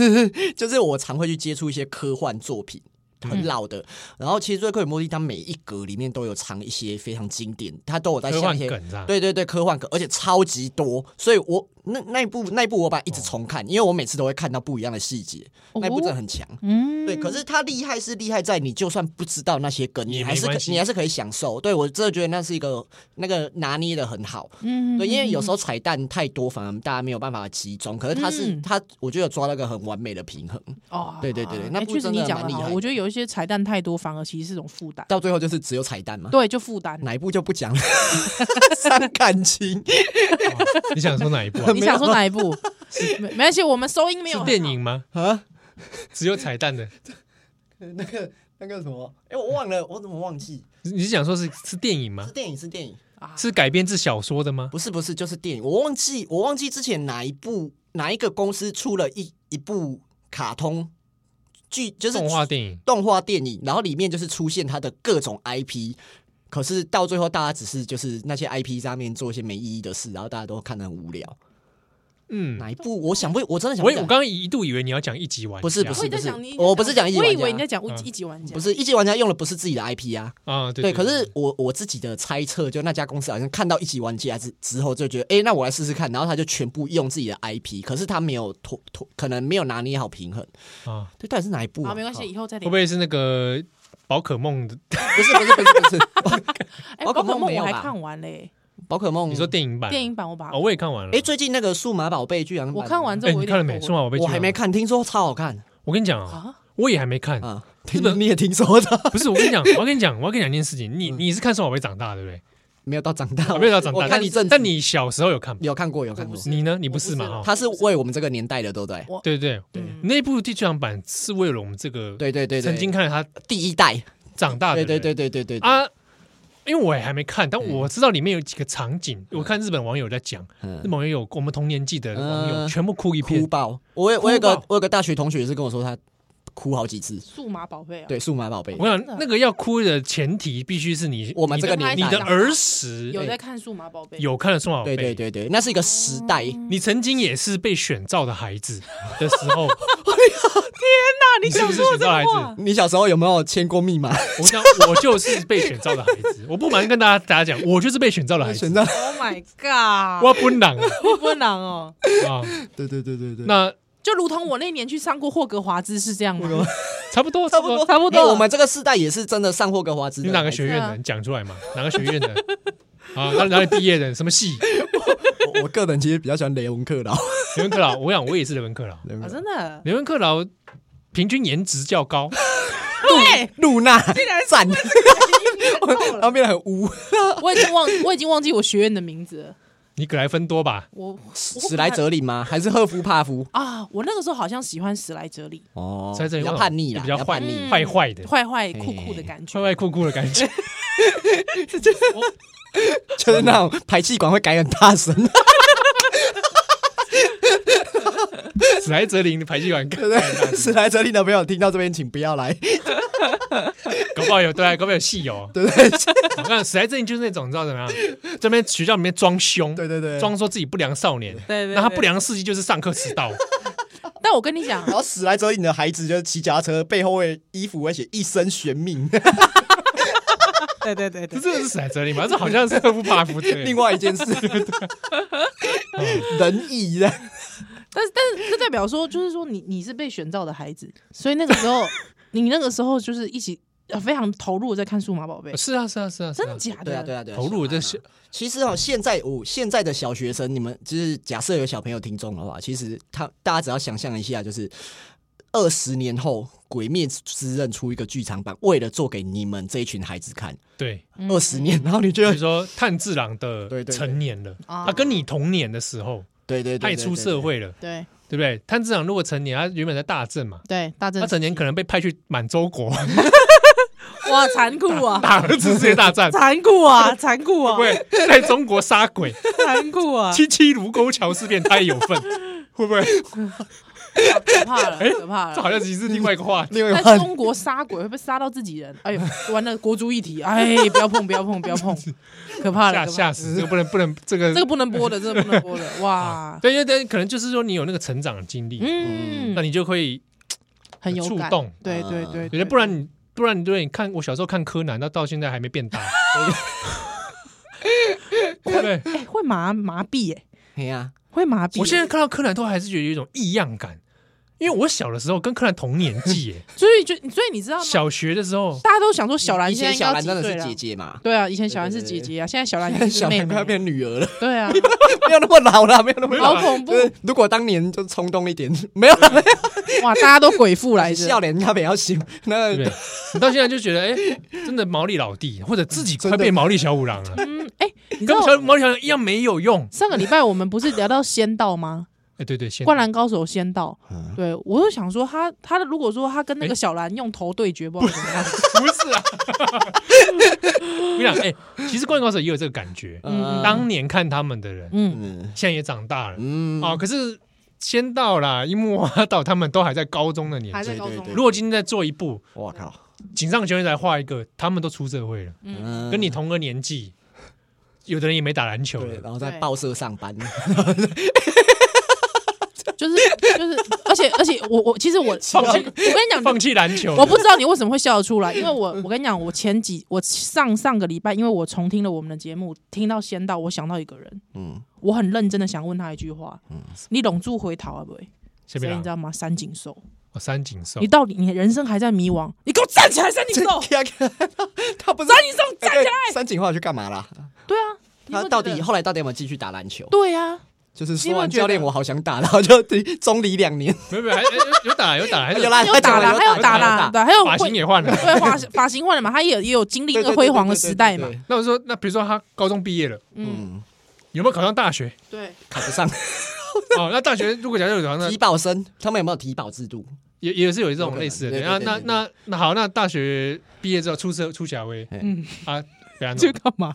Speaker 3: *laughs* 就是我常会去接触一些科幻作品。
Speaker 2: 嗯
Speaker 3: 很老的，然后其实《瑞克与莫蒂》它每一格里面都有藏一些非常经典，它都有在
Speaker 2: 科
Speaker 3: 像
Speaker 2: 幻
Speaker 3: 一些
Speaker 2: 梗是啊吧？
Speaker 3: 对对对，科幻梗，而且超级多，所以我那那一部那一部我把它
Speaker 2: 哦
Speaker 3: 一直重看，因为我每次都会看到不一样的细节，那一部真的很强。
Speaker 1: 嗯，
Speaker 3: 对，可是它厉害是厉害在你就算不知道那些梗，
Speaker 2: 也
Speaker 3: 你
Speaker 2: 没
Speaker 3: 还是可
Speaker 2: 关系
Speaker 3: 你还是可以享受。对我真的觉得那是一个那个拿捏的很好。
Speaker 1: 嗯
Speaker 3: 对，因为有时候彩蛋太多，反而大家没有办法集中。可是它是
Speaker 1: 嗯
Speaker 3: 它，我觉得有抓到一个很完美的平衡，
Speaker 1: 哦，
Speaker 3: 对对对对
Speaker 1: 哎
Speaker 3: 那部
Speaker 1: 确实
Speaker 3: 真
Speaker 1: 你
Speaker 3: 的
Speaker 1: 讲的
Speaker 3: 蛮厉
Speaker 1: 好，
Speaker 3: 害
Speaker 1: 我觉得有一些彩蛋太多，反而其实是种负
Speaker 3: *laughs*
Speaker 1: 担。
Speaker 3: 到最后就是只有彩蛋嘛。
Speaker 1: 对，就负
Speaker 3: *laughs*
Speaker 1: 担。
Speaker 3: 哪一部就不讲了，伤感情。
Speaker 2: 哦 *laughs* 你想说哪一部啊？
Speaker 1: 你想说哪一
Speaker 3: *laughs*
Speaker 1: 部？没没关系，我们收音没有
Speaker 2: 是
Speaker 1: 很
Speaker 2: 电
Speaker 1: 好。
Speaker 2: 影吗？
Speaker 3: 啊，
Speaker 2: 只有彩蛋的？
Speaker 3: 那个那个什么，哎、我忘了，我怎么忘记？
Speaker 2: 你你是想说是是电影吗
Speaker 1: 啊
Speaker 3: 是？电影是电影，
Speaker 2: 是改编自小说的吗？
Speaker 3: 不是不是就是电影。我忘记我忘记之前哪一部哪一个公司出了一一部卡通剧，就是
Speaker 2: 动画电影
Speaker 3: 动画电影，然后里面就是出现它的各种 IP。可是到最后，大家只是就是那些 IP 上面做一些没意义的事，然后大家都看得很无聊。
Speaker 2: 嗯，
Speaker 3: 哪一部？我想不，我真的想
Speaker 2: 我
Speaker 3: 不
Speaker 2: 以我
Speaker 3: 起来
Speaker 2: 刚刚一度以为你要讲一级玩家，
Speaker 3: 不是不
Speaker 1: 我
Speaker 3: 是
Speaker 1: 也在讲你，
Speaker 3: 我不是讲一级
Speaker 1: 我
Speaker 3: 玩
Speaker 1: 以
Speaker 3: 家
Speaker 1: 为你在讲一
Speaker 2: 嗯
Speaker 1: 一级玩家，
Speaker 3: 不是一级玩家用的不是自己的 IP 啊。
Speaker 2: 啊，对
Speaker 3: 对，可是我我自己的猜测，就那家公司好像看到一级玩家之之后，就觉得，哎、那我来试试看，然后他就全部用自己的 IP，可是他没有妥妥，可能没有拿捏好平衡。
Speaker 2: 啊，
Speaker 3: 对，到底是哪一部、啊？
Speaker 1: 好，没关系，以后再
Speaker 2: 会不
Speaker 1: 聊。
Speaker 2: 会是那个宝可梦的？
Speaker 3: 不是不是不是不是，
Speaker 1: 哎，
Speaker 3: 宝
Speaker 1: 宝
Speaker 3: 可
Speaker 1: 可
Speaker 3: 梦
Speaker 1: 梦
Speaker 3: 没
Speaker 1: 我
Speaker 3: 有
Speaker 1: 还
Speaker 3: 吧
Speaker 1: 看完嘞，
Speaker 3: 宝可梦。
Speaker 2: 你说电影版？
Speaker 1: 电影版我把它
Speaker 2: 哦，我也看完了。
Speaker 3: 哎、最近那个数码宝贝居然
Speaker 1: 我看完之
Speaker 2: 哎
Speaker 1: 后我有
Speaker 2: 你看了
Speaker 1: 点
Speaker 2: 没？
Speaker 1: 后
Speaker 2: 数码宝贝
Speaker 3: 我还没
Speaker 2: 看。
Speaker 3: 看，听说超好看
Speaker 2: 我跟你讲啊，
Speaker 1: 啊，
Speaker 2: 我也还没看。
Speaker 3: 啊！
Speaker 2: 日本
Speaker 3: 听你也听说的，
Speaker 2: *laughs* 不是，我跟你讲，我要跟你讲，我要跟你讲一件事情。
Speaker 3: 嗯
Speaker 2: 你你是看数码宝贝长大，对不对？
Speaker 3: 没有到长大，
Speaker 2: 我没有到长
Speaker 3: 我
Speaker 2: 大，
Speaker 3: 看
Speaker 2: 但
Speaker 3: 一阵子，
Speaker 2: 但你小时候有看吗？
Speaker 3: 有看过有看过，
Speaker 2: 你呢？你
Speaker 1: 我
Speaker 2: 不是嘛？
Speaker 1: 啦
Speaker 2: 哈，
Speaker 3: 他是为我们这个年代的，对不对？
Speaker 2: 对对对，
Speaker 1: 嗯
Speaker 2: 那部地球场版是为了我们这个
Speaker 3: 对对对对，
Speaker 2: 曾经看着他
Speaker 3: 第一代，
Speaker 2: 长大的
Speaker 3: 对
Speaker 2: 人，
Speaker 3: 对对对对对对，
Speaker 2: 啊，因为我也还没看，但
Speaker 3: 嗯
Speaker 2: 我知道里面有几个场景，我看日本网友在讲，
Speaker 3: 嗯
Speaker 2: 日本网友我们同年纪的网友
Speaker 3: 嗯
Speaker 2: 全部哭一
Speaker 3: 哭
Speaker 2: 片，
Speaker 3: 爆！我有我有
Speaker 2: 哭
Speaker 3: 个
Speaker 2: 爆
Speaker 3: 我有个大学同学也是跟我说他哭好几次，
Speaker 1: 数码宝贝啊，
Speaker 3: 对数码宝贝
Speaker 2: 我，想
Speaker 1: 真的
Speaker 2: 那个要哭的前提必须是你
Speaker 3: 我们
Speaker 2: 你
Speaker 3: 这
Speaker 2: 的
Speaker 3: 个
Speaker 1: 你的
Speaker 3: 年
Speaker 2: 你
Speaker 3: 代啊
Speaker 2: 的
Speaker 1: 长大
Speaker 2: 儿时
Speaker 1: 有在看数码宝贝，
Speaker 2: 有看了宋宝贝，
Speaker 3: 对对对对，那是一个时代，
Speaker 2: 你曾经也是被选召的孩子的时
Speaker 3: *laughs* 哎
Speaker 2: 候，
Speaker 1: 那你
Speaker 2: 你是不
Speaker 1: 想
Speaker 2: 是
Speaker 1: 说我
Speaker 2: 选
Speaker 1: 这
Speaker 2: 召
Speaker 1: 个
Speaker 2: 孩
Speaker 1: 话
Speaker 2: 子？？
Speaker 3: 你小时候有没有签过
Speaker 2: *laughs*
Speaker 3: 密码？
Speaker 2: 我想我就是被选召的孩子，我不瞒跟大家大家讲，我就是被选召的孩
Speaker 3: 选
Speaker 2: 子，
Speaker 3: 到
Speaker 1: Oh my god！
Speaker 2: 我不能啊
Speaker 1: 我不能哦，
Speaker 2: 啊，
Speaker 3: 对对对对对，
Speaker 2: 那
Speaker 1: *laughs* 就如同我那年去上过霍格华兹是这样吗？
Speaker 2: 差不多差不多。啊
Speaker 1: 差不
Speaker 3: 哎
Speaker 1: 多。
Speaker 3: 我们这个时代也是真的上霍格华兹的
Speaker 2: 你
Speaker 3: 孩子，
Speaker 2: 哪个学院
Speaker 1: 对
Speaker 2: 的？你讲出来嘛？哪个学院的？啊，哪哪里毕业的？什么系？
Speaker 3: 我？我个人其实比较喜欢雷文克
Speaker 2: 啊
Speaker 3: 劳，
Speaker 2: 雷文克劳，我想我也是雷文克劳。
Speaker 3: 雷文
Speaker 1: 啊，
Speaker 3: 克劳
Speaker 1: 真的，
Speaker 2: 雷文克劳平均颜值较高，
Speaker 1: *laughs* 对，
Speaker 3: 露娜赞，然
Speaker 1: 我
Speaker 3: 后变得很污，
Speaker 1: 我已经忘，我已经忘记我学院的名字了。
Speaker 2: 你格莱芬多吧？
Speaker 1: 我
Speaker 3: *laughs* 史莱哲林吗？还是赫夫帕夫？
Speaker 1: 啊，我那个时候好像喜欢史莱哲里，
Speaker 3: 哦
Speaker 2: 在这里
Speaker 3: 比较叛逆啦，
Speaker 2: 比较
Speaker 3: 比较
Speaker 2: 坏嗯
Speaker 3: 叛逆，嗯
Speaker 2: 坏坏的，
Speaker 1: 坏坏酷酷的感
Speaker 2: 坏
Speaker 1: 觉。
Speaker 2: 坏酷酷的感觉。
Speaker 3: *laughs* 就是那种排气管会改很大 *laughs* 声，
Speaker 2: 史莱哲林的排气管，
Speaker 3: 对不对？史莱哲林的朋友听到这边，请不要来， *laughs*
Speaker 2: 搞不好有对啊，搞不好有戏友。
Speaker 3: 对不对？ *laughs* 啊
Speaker 2: 我看史莱哲林就是那种，你知道怎么样？这边学校里面装凶，
Speaker 3: 对对对
Speaker 2: 装说自己不良少年。
Speaker 1: 对对，
Speaker 2: 那他
Speaker 1: 对
Speaker 2: 不。良事迹就是上课迟到，
Speaker 1: 但我跟你讲，
Speaker 3: 然后史莱哲林的孩子就是骑脚踏车，背后会衣服会写一生悬命。
Speaker 1: *laughs* 对对对
Speaker 2: 这
Speaker 1: 对，
Speaker 2: 真的是史莱哲林吗？这好像是赫夫帕夫之
Speaker 1: *laughs*
Speaker 2: 类的
Speaker 3: *laughs* 另外一件事， *laughs* 仁义的，
Speaker 1: 但是但是这代表说，就是说你你是被选召的孩子，所以那个时
Speaker 3: *laughs*
Speaker 1: 候你那个时候就是一起呃非常投入地在看数码宝贝，
Speaker 2: 是啊是啊是啊，是
Speaker 1: 真
Speaker 2: 啊
Speaker 1: 的假的？
Speaker 3: 呃对啊对啊对啊，
Speaker 2: 投入这
Speaker 3: 小
Speaker 2: 些
Speaker 3: 孩嘛。其实哦，现在哦，现在的小学生，你们就是假设有小朋友听众的话，其实他大家只要想象一下，就是二十年后《鬼灭之刃》出一个剧场版，为了做给你们这一群孩子看，
Speaker 2: 对，
Speaker 1: 嗯
Speaker 3: 二十年，然后你就
Speaker 2: 比如说炭治郎的
Speaker 3: 对对对
Speaker 2: 成年了，
Speaker 1: 啊
Speaker 2: 他跟你同年的时候，
Speaker 3: 对对对，
Speaker 2: 他也出社会了，
Speaker 1: 对
Speaker 2: 对不对？炭治郎如果成年，他原本在大正嘛，
Speaker 1: 对，大正
Speaker 2: 他成年可能被派去满洲国
Speaker 1: 哇残酷啊，
Speaker 2: 打二次世界大
Speaker 1: *laughs*
Speaker 2: 战，
Speaker 1: 残酷啊，残酷啊，
Speaker 2: 会不会在中国杀
Speaker 1: *laughs*
Speaker 2: 鬼？
Speaker 1: 残酷
Speaker 2: *laughs*
Speaker 1: 啊，
Speaker 2: 七七卢沟桥事变他也有
Speaker 3: *laughs*
Speaker 2: 份，会不会？
Speaker 1: 可怕
Speaker 2: 哎
Speaker 1: 了，可怕
Speaker 2: 这好
Speaker 1: 了。
Speaker 2: 像只是另外一个话题。
Speaker 3: 对。对对另外一
Speaker 1: 在
Speaker 3: 个
Speaker 1: 中国杀鬼会被杀到自己人，哎呦，完了国足一体，哎，不要碰，不要碰，不要
Speaker 2: *laughs*
Speaker 1: 碰，可怕了，可怕
Speaker 2: 吓
Speaker 1: 了
Speaker 2: 吓死！这个不能不能，这个
Speaker 1: 这个不能播的，这个不能播
Speaker 2: *laughs*
Speaker 1: 的，哇，
Speaker 2: 对对对，可能就是说你有那个成长经历，
Speaker 1: 嗯
Speaker 2: 那，你就会
Speaker 1: 很有
Speaker 2: 触
Speaker 1: 感
Speaker 2: 动
Speaker 1: 对对对，
Speaker 2: 有
Speaker 1: 对
Speaker 2: 些不然你不然你对你看我小时候看柯南，到到现在还没
Speaker 1: *laughs*
Speaker 2: 变大，对不对？
Speaker 1: 哎会麻麻痹，哎，
Speaker 3: 哎呀，
Speaker 1: 会麻痹。
Speaker 2: 我现在看到柯南都还是觉得有一种异样感，因为我小的时候跟柯南同年纪
Speaker 1: *laughs*
Speaker 2: 耶，
Speaker 1: 所以就所以你知道吗？
Speaker 2: 小学的时候，
Speaker 1: 大家都想说小兰
Speaker 3: 以
Speaker 1: 现在应
Speaker 3: 前小
Speaker 1: 该要
Speaker 3: 兰真的
Speaker 1: 几岁
Speaker 3: 是
Speaker 1: 了
Speaker 3: 姐？
Speaker 1: *laughs*
Speaker 3: 姐嘛，
Speaker 1: 对啊，以前小兰是
Speaker 3: 对
Speaker 1: 姐
Speaker 3: 对对
Speaker 1: 姐啊，现在小兰已经是
Speaker 3: 小
Speaker 1: 妹
Speaker 3: 兰快
Speaker 1: 妹
Speaker 3: 要。变女儿了， *laughs*
Speaker 1: 对啊，
Speaker 3: 没有那么老了，没有那么老
Speaker 1: 好
Speaker 3: 啦。
Speaker 1: 恐怖
Speaker 3: 就是如果当年就冲动一点，没有啦没有啦
Speaker 1: 哇！大家都鬼父来着，
Speaker 3: *laughs* 笑脸他们也要行。那呃
Speaker 2: 对不对？你到现在就觉得，哎，真的毛利老弟，或者自己快
Speaker 3: 真的
Speaker 2: 变毛利小五郎了，
Speaker 1: 嗯，哎，你知
Speaker 2: 跟
Speaker 1: 道
Speaker 2: 小毛利小五郎一样没有用。
Speaker 1: 上个礼拜我们不是聊到仙道
Speaker 3: *laughs*
Speaker 1: 吗？
Speaker 2: 哎，对对，
Speaker 1: 《
Speaker 2: 先
Speaker 1: 灌篮高手》仙道
Speaker 3: 嗯，
Speaker 1: 对我就想说他他如果说他跟那个小兰用头对决，不知道怎么样。
Speaker 2: *laughs* 不是啊， *laughs* 我跟你讲，哎，其实《灌篮高手》也有这个感觉，
Speaker 1: 嗯
Speaker 2: 当年看他们的人，
Speaker 1: 嗯，
Speaker 3: 嗯
Speaker 2: 现在也长大了。
Speaker 3: 嗯
Speaker 2: 哦，可是仙道啦、樱木花道他们都还在高中的年
Speaker 1: 还
Speaker 2: 纪。
Speaker 1: 在高
Speaker 3: 对对
Speaker 1: 中
Speaker 3: 嗯对，
Speaker 2: 如果今天再做一部
Speaker 3: 我靠，
Speaker 2: 井上雄彦来画一个，他们都出社会了，
Speaker 3: 嗯
Speaker 2: 跟你同个年纪，有的人也没打篮球
Speaker 3: 对，
Speaker 2: 了。
Speaker 3: 然后在
Speaker 1: 对
Speaker 3: 报社上班，
Speaker 1: 而且我我其实
Speaker 3: *laughs*
Speaker 1: 我我我跟你讲，
Speaker 2: 放弃篮球，
Speaker 1: 我不知道你为什么会笑得出来，因为我我跟你讲，我前几我上上个礼拜，因为我重听了我们的节目，听到先到，我想到一个人，
Speaker 3: 嗯
Speaker 1: 我很认真的想问他一句话，你拢住回头啊不会？
Speaker 2: 下
Speaker 1: 谁
Speaker 2: 面
Speaker 1: 你知
Speaker 2: 啊
Speaker 1: 道吗？三井寿，
Speaker 2: 我哦三井寿
Speaker 1: 你，到底你人生还在迷惘，你给我站起来，三井寿，三
Speaker 3: *laughs* 他不是
Speaker 1: 井寿站起
Speaker 3: *laughs* 哎
Speaker 1: 来
Speaker 3: 对，三井话去干嘛啦？
Speaker 1: 对啊，你有没
Speaker 3: 他
Speaker 1: 有
Speaker 3: 到
Speaker 1: 觉
Speaker 3: 底
Speaker 1: 得
Speaker 3: 后来到底有没有继续打篮球？
Speaker 1: 对啊，
Speaker 3: 就是
Speaker 1: 你
Speaker 3: 说
Speaker 1: 有没有
Speaker 3: 完
Speaker 1: 觉得
Speaker 3: 教练我好想打，然后就停中离两年，
Speaker 2: 没有
Speaker 3: *laughs*
Speaker 2: 没有，还哎有有打有打，还是
Speaker 3: 有啦
Speaker 1: 有打啦，还
Speaker 3: 有打
Speaker 1: 有打
Speaker 3: 有
Speaker 1: 啦
Speaker 3: 打，
Speaker 1: 对，还有
Speaker 2: 发型
Speaker 1: 会
Speaker 2: 也换了。
Speaker 1: *laughs* 对发发型换了嘛，他也也有经历那个
Speaker 3: 对
Speaker 1: 辉煌的时代嘛，，
Speaker 3: 对对对对对对
Speaker 2: 那我说，那比如说他高中毕业了，
Speaker 3: 嗯，
Speaker 2: 有没有考上大
Speaker 3: *laughs*
Speaker 2: 学？
Speaker 1: 对，
Speaker 3: 考不上
Speaker 2: 哦，那大学如果假设有考
Speaker 3: *laughs*
Speaker 2: 上，
Speaker 3: 提保生，他们有没有提保制度？
Speaker 2: 也也是有这
Speaker 3: 有可
Speaker 2: 种
Speaker 3: 能
Speaker 2: 类似的。
Speaker 3: 对
Speaker 2: 对啊，
Speaker 3: 对对
Speaker 2: 那
Speaker 3: 对
Speaker 2: 那那好，那大学毕业之后出社出社会
Speaker 1: 嗯，
Speaker 2: 啊，北安
Speaker 1: 这干嘛？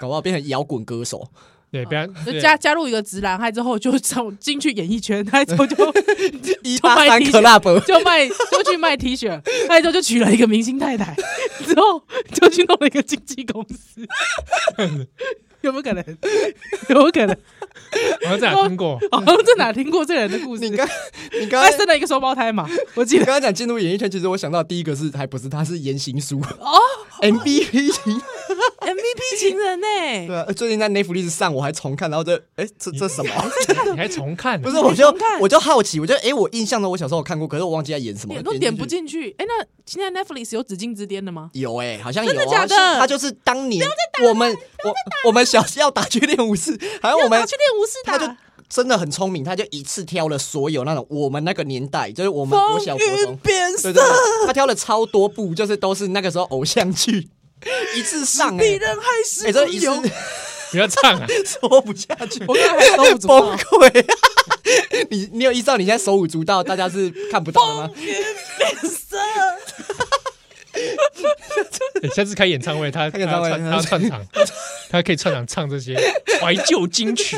Speaker 3: 搞不好变成摇滚歌手，
Speaker 2: 对北
Speaker 3: *laughs*
Speaker 2: 安
Speaker 1: 就
Speaker 2: 对
Speaker 1: 加加入一个直男，害之后就走进去演艺圈，害之后就
Speaker 3: 一
Speaker 1: *laughs* 就
Speaker 3: 八
Speaker 1: 卖
Speaker 3: 三
Speaker 1: 踢 *laughs*
Speaker 3: club，
Speaker 1: 就卖就去卖 T 恤，害之后就娶了一个明星太 *laughs* 太，之后就去弄了一个经纪公司， *laughs* 有没有可能？有没有可能？
Speaker 2: 好像在哪听
Speaker 3: *laughs*
Speaker 2: 过，
Speaker 1: 好像在哪听过这个人的故事
Speaker 3: 你？刚你刚
Speaker 1: 他
Speaker 3: 才
Speaker 1: 生了一个双胞胎嘛，我记
Speaker 3: 你
Speaker 1: 得
Speaker 3: 刚刚讲进入演艺圈，其实我想到第一个是还不是他是言行书哦，MVP 型
Speaker 1: MVP 情人呢、
Speaker 3: 对啊，最近在 Netflix 上我还重看，然后这哎这这什么？ *laughs*
Speaker 2: 你还重看？
Speaker 3: 不是，我就
Speaker 1: 重看
Speaker 3: 我就好奇，我就哎我印象中我小时候有看过，可是我忘记在演什么，
Speaker 1: 点都点不进去。哎、那现在 Netflix 有《紫禁之巅》的吗？
Speaker 3: 有哎、好像有、啊，
Speaker 1: 真的假的
Speaker 3: 是他就是当年我们我我们小时候要打去练武士，好像我
Speaker 1: 要
Speaker 3: 们
Speaker 1: 拿去练武士
Speaker 3: 他就
Speaker 1: 打。
Speaker 3: 真的很聪明，他就一次挑了所有那种我们那个年代，就是我们国
Speaker 1: 风
Speaker 3: 小国
Speaker 1: 云
Speaker 3: 中，
Speaker 1: 变
Speaker 3: 对
Speaker 1: 色，
Speaker 3: 对对，他挑了超多部，就是都是那个时候偶像剧，一次上哎、
Speaker 1: 必
Speaker 3: 欸，
Speaker 1: 任害
Speaker 3: 哎、
Speaker 1: 世
Speaker 3: 这
Speaker 1: 功
Speaker 3: 一
Speaker 1: 有。
Speaker 3: *laughs* 次
Speaker 2: 不要唱啊！ *laughs*
Speaker 3: 说不下去，
Speaker 1: 我刚才还
Speaker 3: *laughs*
Speaker 1: 手舞足蹈
Speaker 3: 崩溃。你你有依照你现在手舞足蹈，大家是看不到的吗？
Speaker 2: 欸下次开演唱会，他
Speaker 3: 开
Speaker 2: 他
Speaker 3: 演
Speaker 2: 要串他
Speaker 3: 唱会
Speaker 2: 要串场，
Speaker 3: *laughs*
Speaker 2: 他可以串场唱这些怀旧金曲。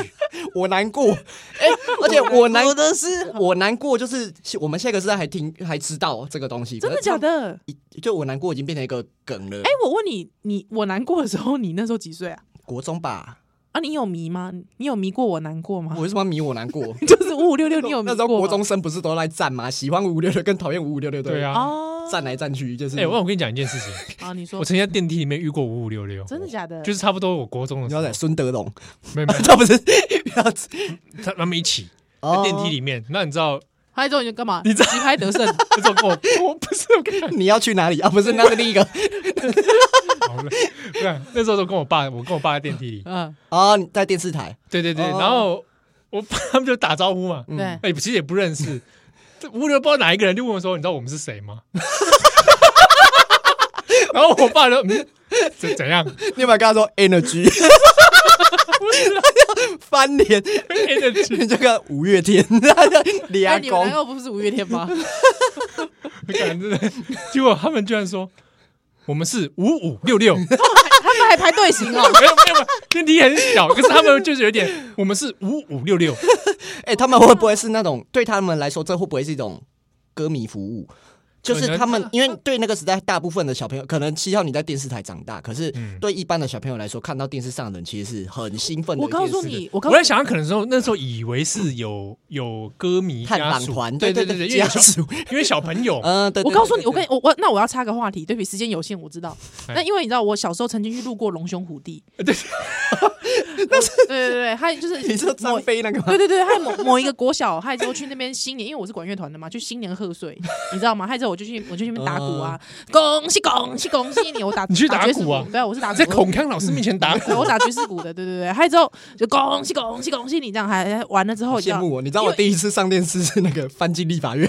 Speaker 3: 我难过，
Speaker 1: *laughs*
Speaker 3: 哎、而且我难
Speaker 1: 我的是
Speaker 3: 我难过，就是我们下一个时代还听还知道这个东西，
Speaker 1: 真的假？的？
Speaker 3: 就我难过已经变成一个梗了。
Speaker 1: 哎、我问你，你我难过的时候，你那时候几岁啊？
Speaker 3: 国中吧，
Speaker 1: 啊，你有迷吗？你有迷过我难过吗
Speaker 3: 我？为什么要迷我难过？
Speaker 1: *laughs* 就是五五六六，你有迷
Speaker 3: 那时
Speaker 1: 过
Speaker 3: 候
Speaker 1: 吗？
Speaker 3: 国中生不是都来站吗？喜欢五五六六跟讨厌五五六六，
Speaker 2: 对，啊，
Speaker 1: 哦，
Speaker 3: 站来站去就是。
Speaker 2: 哎、我我跟你讲一件事情，
Speaker 1: 啊，你说
Speaker 2: 我曾经在电梯里面遇过五五六六，
Speaker 1: 真的假的？
Speaker 2: 就是差不多我国中的
Speaker 3: 你
Speaker 2: 时
Speaker 3: 要
Speaker 2: 候
Speaker 3: 在，孙德龙， *laughs*
Speaker 2: 没有没有，
Speaker 3: 他不是不要在
Speaker 2: 他他们一起
Speaker 3: 哦
Speaker 2: 在电梯里面。那你知道 *laughs*
Speaker 1: 还有之后你就干嘛？你举牌得
Speaker 3: *laughs*
Speaker 1: 胜，
Speaker 2: 那时候跟我
Speaker 3: 哦
Speaker 2: 我不是我跟你
Speaker 3: 你要去哪里啊？不是，那是另一个
Speaker 2: 好了， *laughs* 不然那时候都跟我爸，我跟我爸在电梯里，
Speaker 1: 嗯，
Speaker 3: 哦，你在电视台
Speaker 2: 对对对，
Speaker 3: 哦
Speaker 2: 然后我爸他们就打招呼嘛，
Speaker 3: 嗯
Speaker 1: 对，
Speaker 2: 哎、其实也不认识， *laughs* 这无聊不知道哪一个人就问我说：“你知道我们是谁吗？” *laughs* 然后我爸就嗯，怎怎样 *laughs*
Speaker 3: 你有没有跟他说 energy？翻脸，
Speaker 2: 哎？energy
Speaker 3: 你这个五月天， *laughs*
Speaker 1: 哎，
Speaker 3: 俩
Speaker 1: 你们
Speaker 3: 公
Speaker 1: 难，道不是五月天吗？
Speaker 2: 感觉真的，结果他们居然说我们是五五六六， *laughs* 没有
Speaker 1: 他们还排队形
Speaker 3: *laughs*
Speaker 1: 哦。
Speaker 2: 没有没有，电梯很小，可是他们就是有点我们是五五六六，
Speaker 3: 哎、他们会不会是那种对他们来说，这会不会是一种歌迷服务？就是他
Speaker 2: 可
Speaker 3: 们
Speaker 2: 能，
Speaker 3: 因为对那个时代大部分的小朋友，可能七号你在电视台长大，可是
Speaker 2: 嗯
Speaker 3: 对一般的小朋友来说，看到电视上的人其实是很兴奋的。
Speaker 1: 我告诉，你，我告
Speaker 2: 我
Speaker 1: 诉
Speaker 2: 在
Speaker 1: 你，
Speaker 2: 想，可能时候那时候以为是有有歌迷
Speaker 3: 探
Speaker 2: 家
Speaker 3: 访
Speaker 2: 属
Speaker 3: 团，
Speaker 2: 对
Speaker 3: 对
Speaker 2: 对对，因为
Speaker 3: 家
Speaker 2: 有小
Speaker 3: 属，
Speaker 2: 因为小朋友，
Speaker 3: 嗯，对。
Speaker 1: 我
Speaker 3: 对
Speaker 1: 告诉你，
Speaker 3: 对
Speaker 1: 我跟我我那我要插个话题，对比时间有限，我知道。
Speaker 2: 哎
Speaker 1: 那因为你知道，我小时候曾经去路过龙兄虎弟，
Speaker 2: *laughs* 对
Speaker 1: *laughs* 对对对，他
Speaker 2: *laughs*
Speaker 1: 就是
Speaker 3: *laughs* 你说张
Speaker 1: 某
Speaker 3: 飞那个吗？
Speaker 1: *laughs* 对对对，还有某某一个国小，还之后去那边新年，因为我是管乐团的嘛，去新年贺岁，你知道吗？还之后我就去，我就去那边打鼓啊， *laughs* 恭喜恭喜恭喜你！我打
Speaker 2: 嗯你去打
Speaker 1: 打爵士
Speaker 2: 鼓啊
Speaker 1: 对啊，我是打
Speaker 2: 你在
Speaker 1: 鼓。
Speaker 2: 孔康老师面前打鼓
Speaker 3: *laughs*
Speaker 1: 对，，我打爵士鼓的，对对对，还之后就恭喜恭喜恭喜你这样，还还完了之后，
Speaker 3: 好
Speaker 1: 你知
Speaker 3: 羡
Speaker 1: 道
Speaker 3: 慕我，你知道我第一次上电视是那个翻进立法院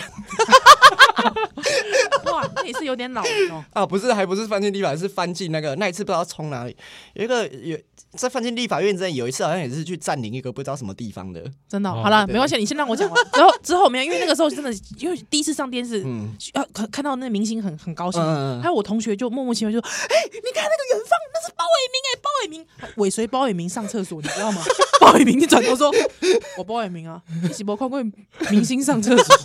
Speaker 1: 哇，那也是有点老人哦，
Speaker 3: 啊，不是，还不是翻进立法院，是翻进那个那一次不知道冲哪里，有一个有在翻进立法院之前，有一次好像也是去占领一个不知道什么地
Speaker 2: *laughs*
Speaker 3: 方的，
Speaker 1: 真的哦、
Speaker 2: 哦
Speaker 1: 好了，
Speaker 3: 对
Speaker 1: 没关系，你先让我讲完。之 *laughs* 后之后没有，因为那个时候真的，因为第一次上电视，
Speaker 3: 嗯
Speaker 1: 啊，看看到那个明星很很高兴，
Speaker 3: 嗯嗯嗯
Speaker 1: 还有我同学就默默其妙就说：“哎、你看那个远方，那是包伟明哎、包伟明尾随包伟明上厕所，你知道吗？” *laughs* 包伟明就转头说：“我包伟明啊，你是没看过明星上厕所？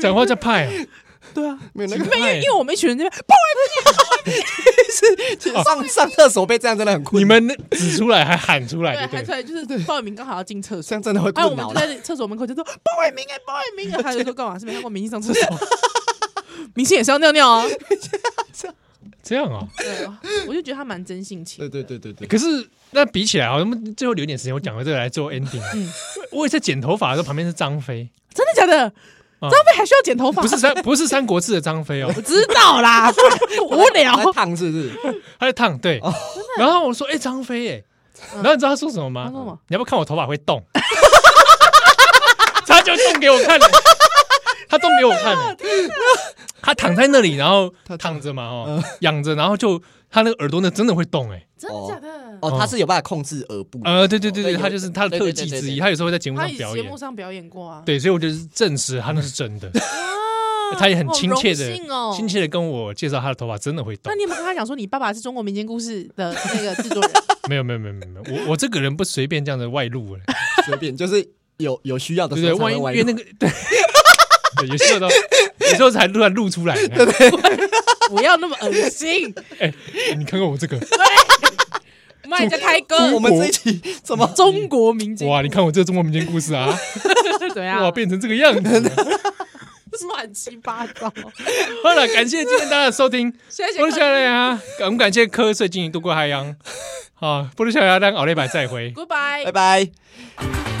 Speaker 2: 讲话叫派啊，
Speaker 1: *laughs* 对啊，
Speaker 3: 没有那个
Speaker 1: 没有，因为我们一群人在那边，
Speaker 3: 上上厕所被这样真的很困
Speaker 2: 哦你
Speaker 3: 扰，
Speaker 2: 们指出来还喊出来
Speaker 1: 对，喊
Speaker 2: 就对了
Speaker 1: 出来就是鲍伟明刚好要进厕
Speaker 3: 这
Speaker 1: 所
Speaker 3: 样，真的会
Speaker 1: 哎，我
Speaker 3: 困
Speaker 1: 们
Speaker 3: 扰
Speaker 1: 就
Speaker 3: 了。
Speaker 1: 在厕所门口就说鲍伟明哎，鲍伟明哎，他就说干嘛？是没看过明星上厕所？ *laughs* 明星也是要尿尿啊，
Speaker 2: 这样啊。
Speaker 1: 对啊我就觉得他蛮真性情
Speaker 3: 对
Speaker 1: 的，
Speaker 3: 对对
Speaker 2: *laughs*
Speaker 3: 对对，
Speaker 2: 可是那比起来，好，我们最后留一点时间，我讲到这个来做 ending 啊。我也在剪头发的时候，旁边是张飞，
Speaker 1: 真的假的？
Speaker 2: 啊
Speaker 1: 张飞还需要剪头发？
Speaker 2: 不是三不是三国志的张飞哦，
Speaker 1: 我知道
Speaker 3: *laughs*
Speaker 1: 啦，无聊
Speaker 3: 来。烫是不
Speaker 2: *laughs*
Speaker 3: 是？
Speaker 2: 他在烫对。然后我说：“哎，张飞，哎。”然后你知道他说什么吗
Speaker 1: 他说什么？
Speaker 2: 你要不要看我头发会动？ *laughs* 他就动给我看了，他动给我看了。他躺在那里，然后躺着嘛，哦，仰着，然后就他那个耳朵呢，真的会动哎。
Speaker 1: 真的假的？
Speaker 3: 哦，他是有办法控制耳部。
Speaker 2: 呃，对对对对，
Speaker 3: 对有
Speaker 2: 他就是他的
Speaker 3: 对
Speaker 2: 特
Speaker 3: 对
Speaker 2: 技
Speaker 3: 对对
Speaker 2: 之一，
Speaker 3: 对
Speaker 2: 他有时候会在节目
Speaker 1: 他
Speaker 2: 上
Speaker 1: 以
Speaker 2: 表
Speaker 1: 节
Speaker 2: 演
Speaker 1: 目。上表演过啊，
Speaker 2: 对，所以我就是证实他那是真的。
Speaker 1: 啊
Speaker 2: 他也很亲切
Speaker 1: 好荣幸
Speaker 2: 的
Speaker 1: 哦，
Speaker 2: 亲切的跟我介绍他的头发真的会动
Speaker 1: *laughs* 那。你有没有跟他讲说，你爸爸是中国民间故事的那个制作
Speaker 3: *laughs*
Speaker 1: 人？
Speaker 2: 没有没有没有没有没有，我我这个人不随便这样的外
Speaker 1: *laughs*
Speaker 2: 露哎，
Speaker 3: 随便，就是有有需要的
Speaker 2: 对不
Speaker 3: 时
Speaker 2: 对？
Speaker 3: 候才
Speaker 2: 万
Speaker 3: 会
Speaker 2: 一
Speaker 3: 外
Speaker 2: 因为那个 *laughs* 对，对有时候都有时候才突然
Speaker 1: *laughs*
Speaker 2: 露出来。
Speaker 1: 不要那么恶心，
Speaker 2: 哎，你看看我这个，
Speaker 1: 骂人家开歌。
Speaker 3: *laughs* 我们这一期怎
Speaker 1: *laughs*
Speaker 3: 么
Speaker 1: 中国民间
Speaker 2: 哇！你看我这个中国民间故事啊，
Speaker 1: 怎样？
Speaker 2: 哇，变成这个样
Speaker 1: *laughs*
Speaker 2: 子。
Speaker 1: 乱七八糟。
Speaker 2: 好了，感谢今天大家的收听，
Speaker 1: 谢谢
Speaker 2: 波多小来啊，我们感谢瞌睡晶莹度过海洋。好，波多小来，让奥利百再会。
Speaker 1: ，Goodbye
Speaker 3: 拜。拜。
Speaker 4: 「君の声が聞こえる」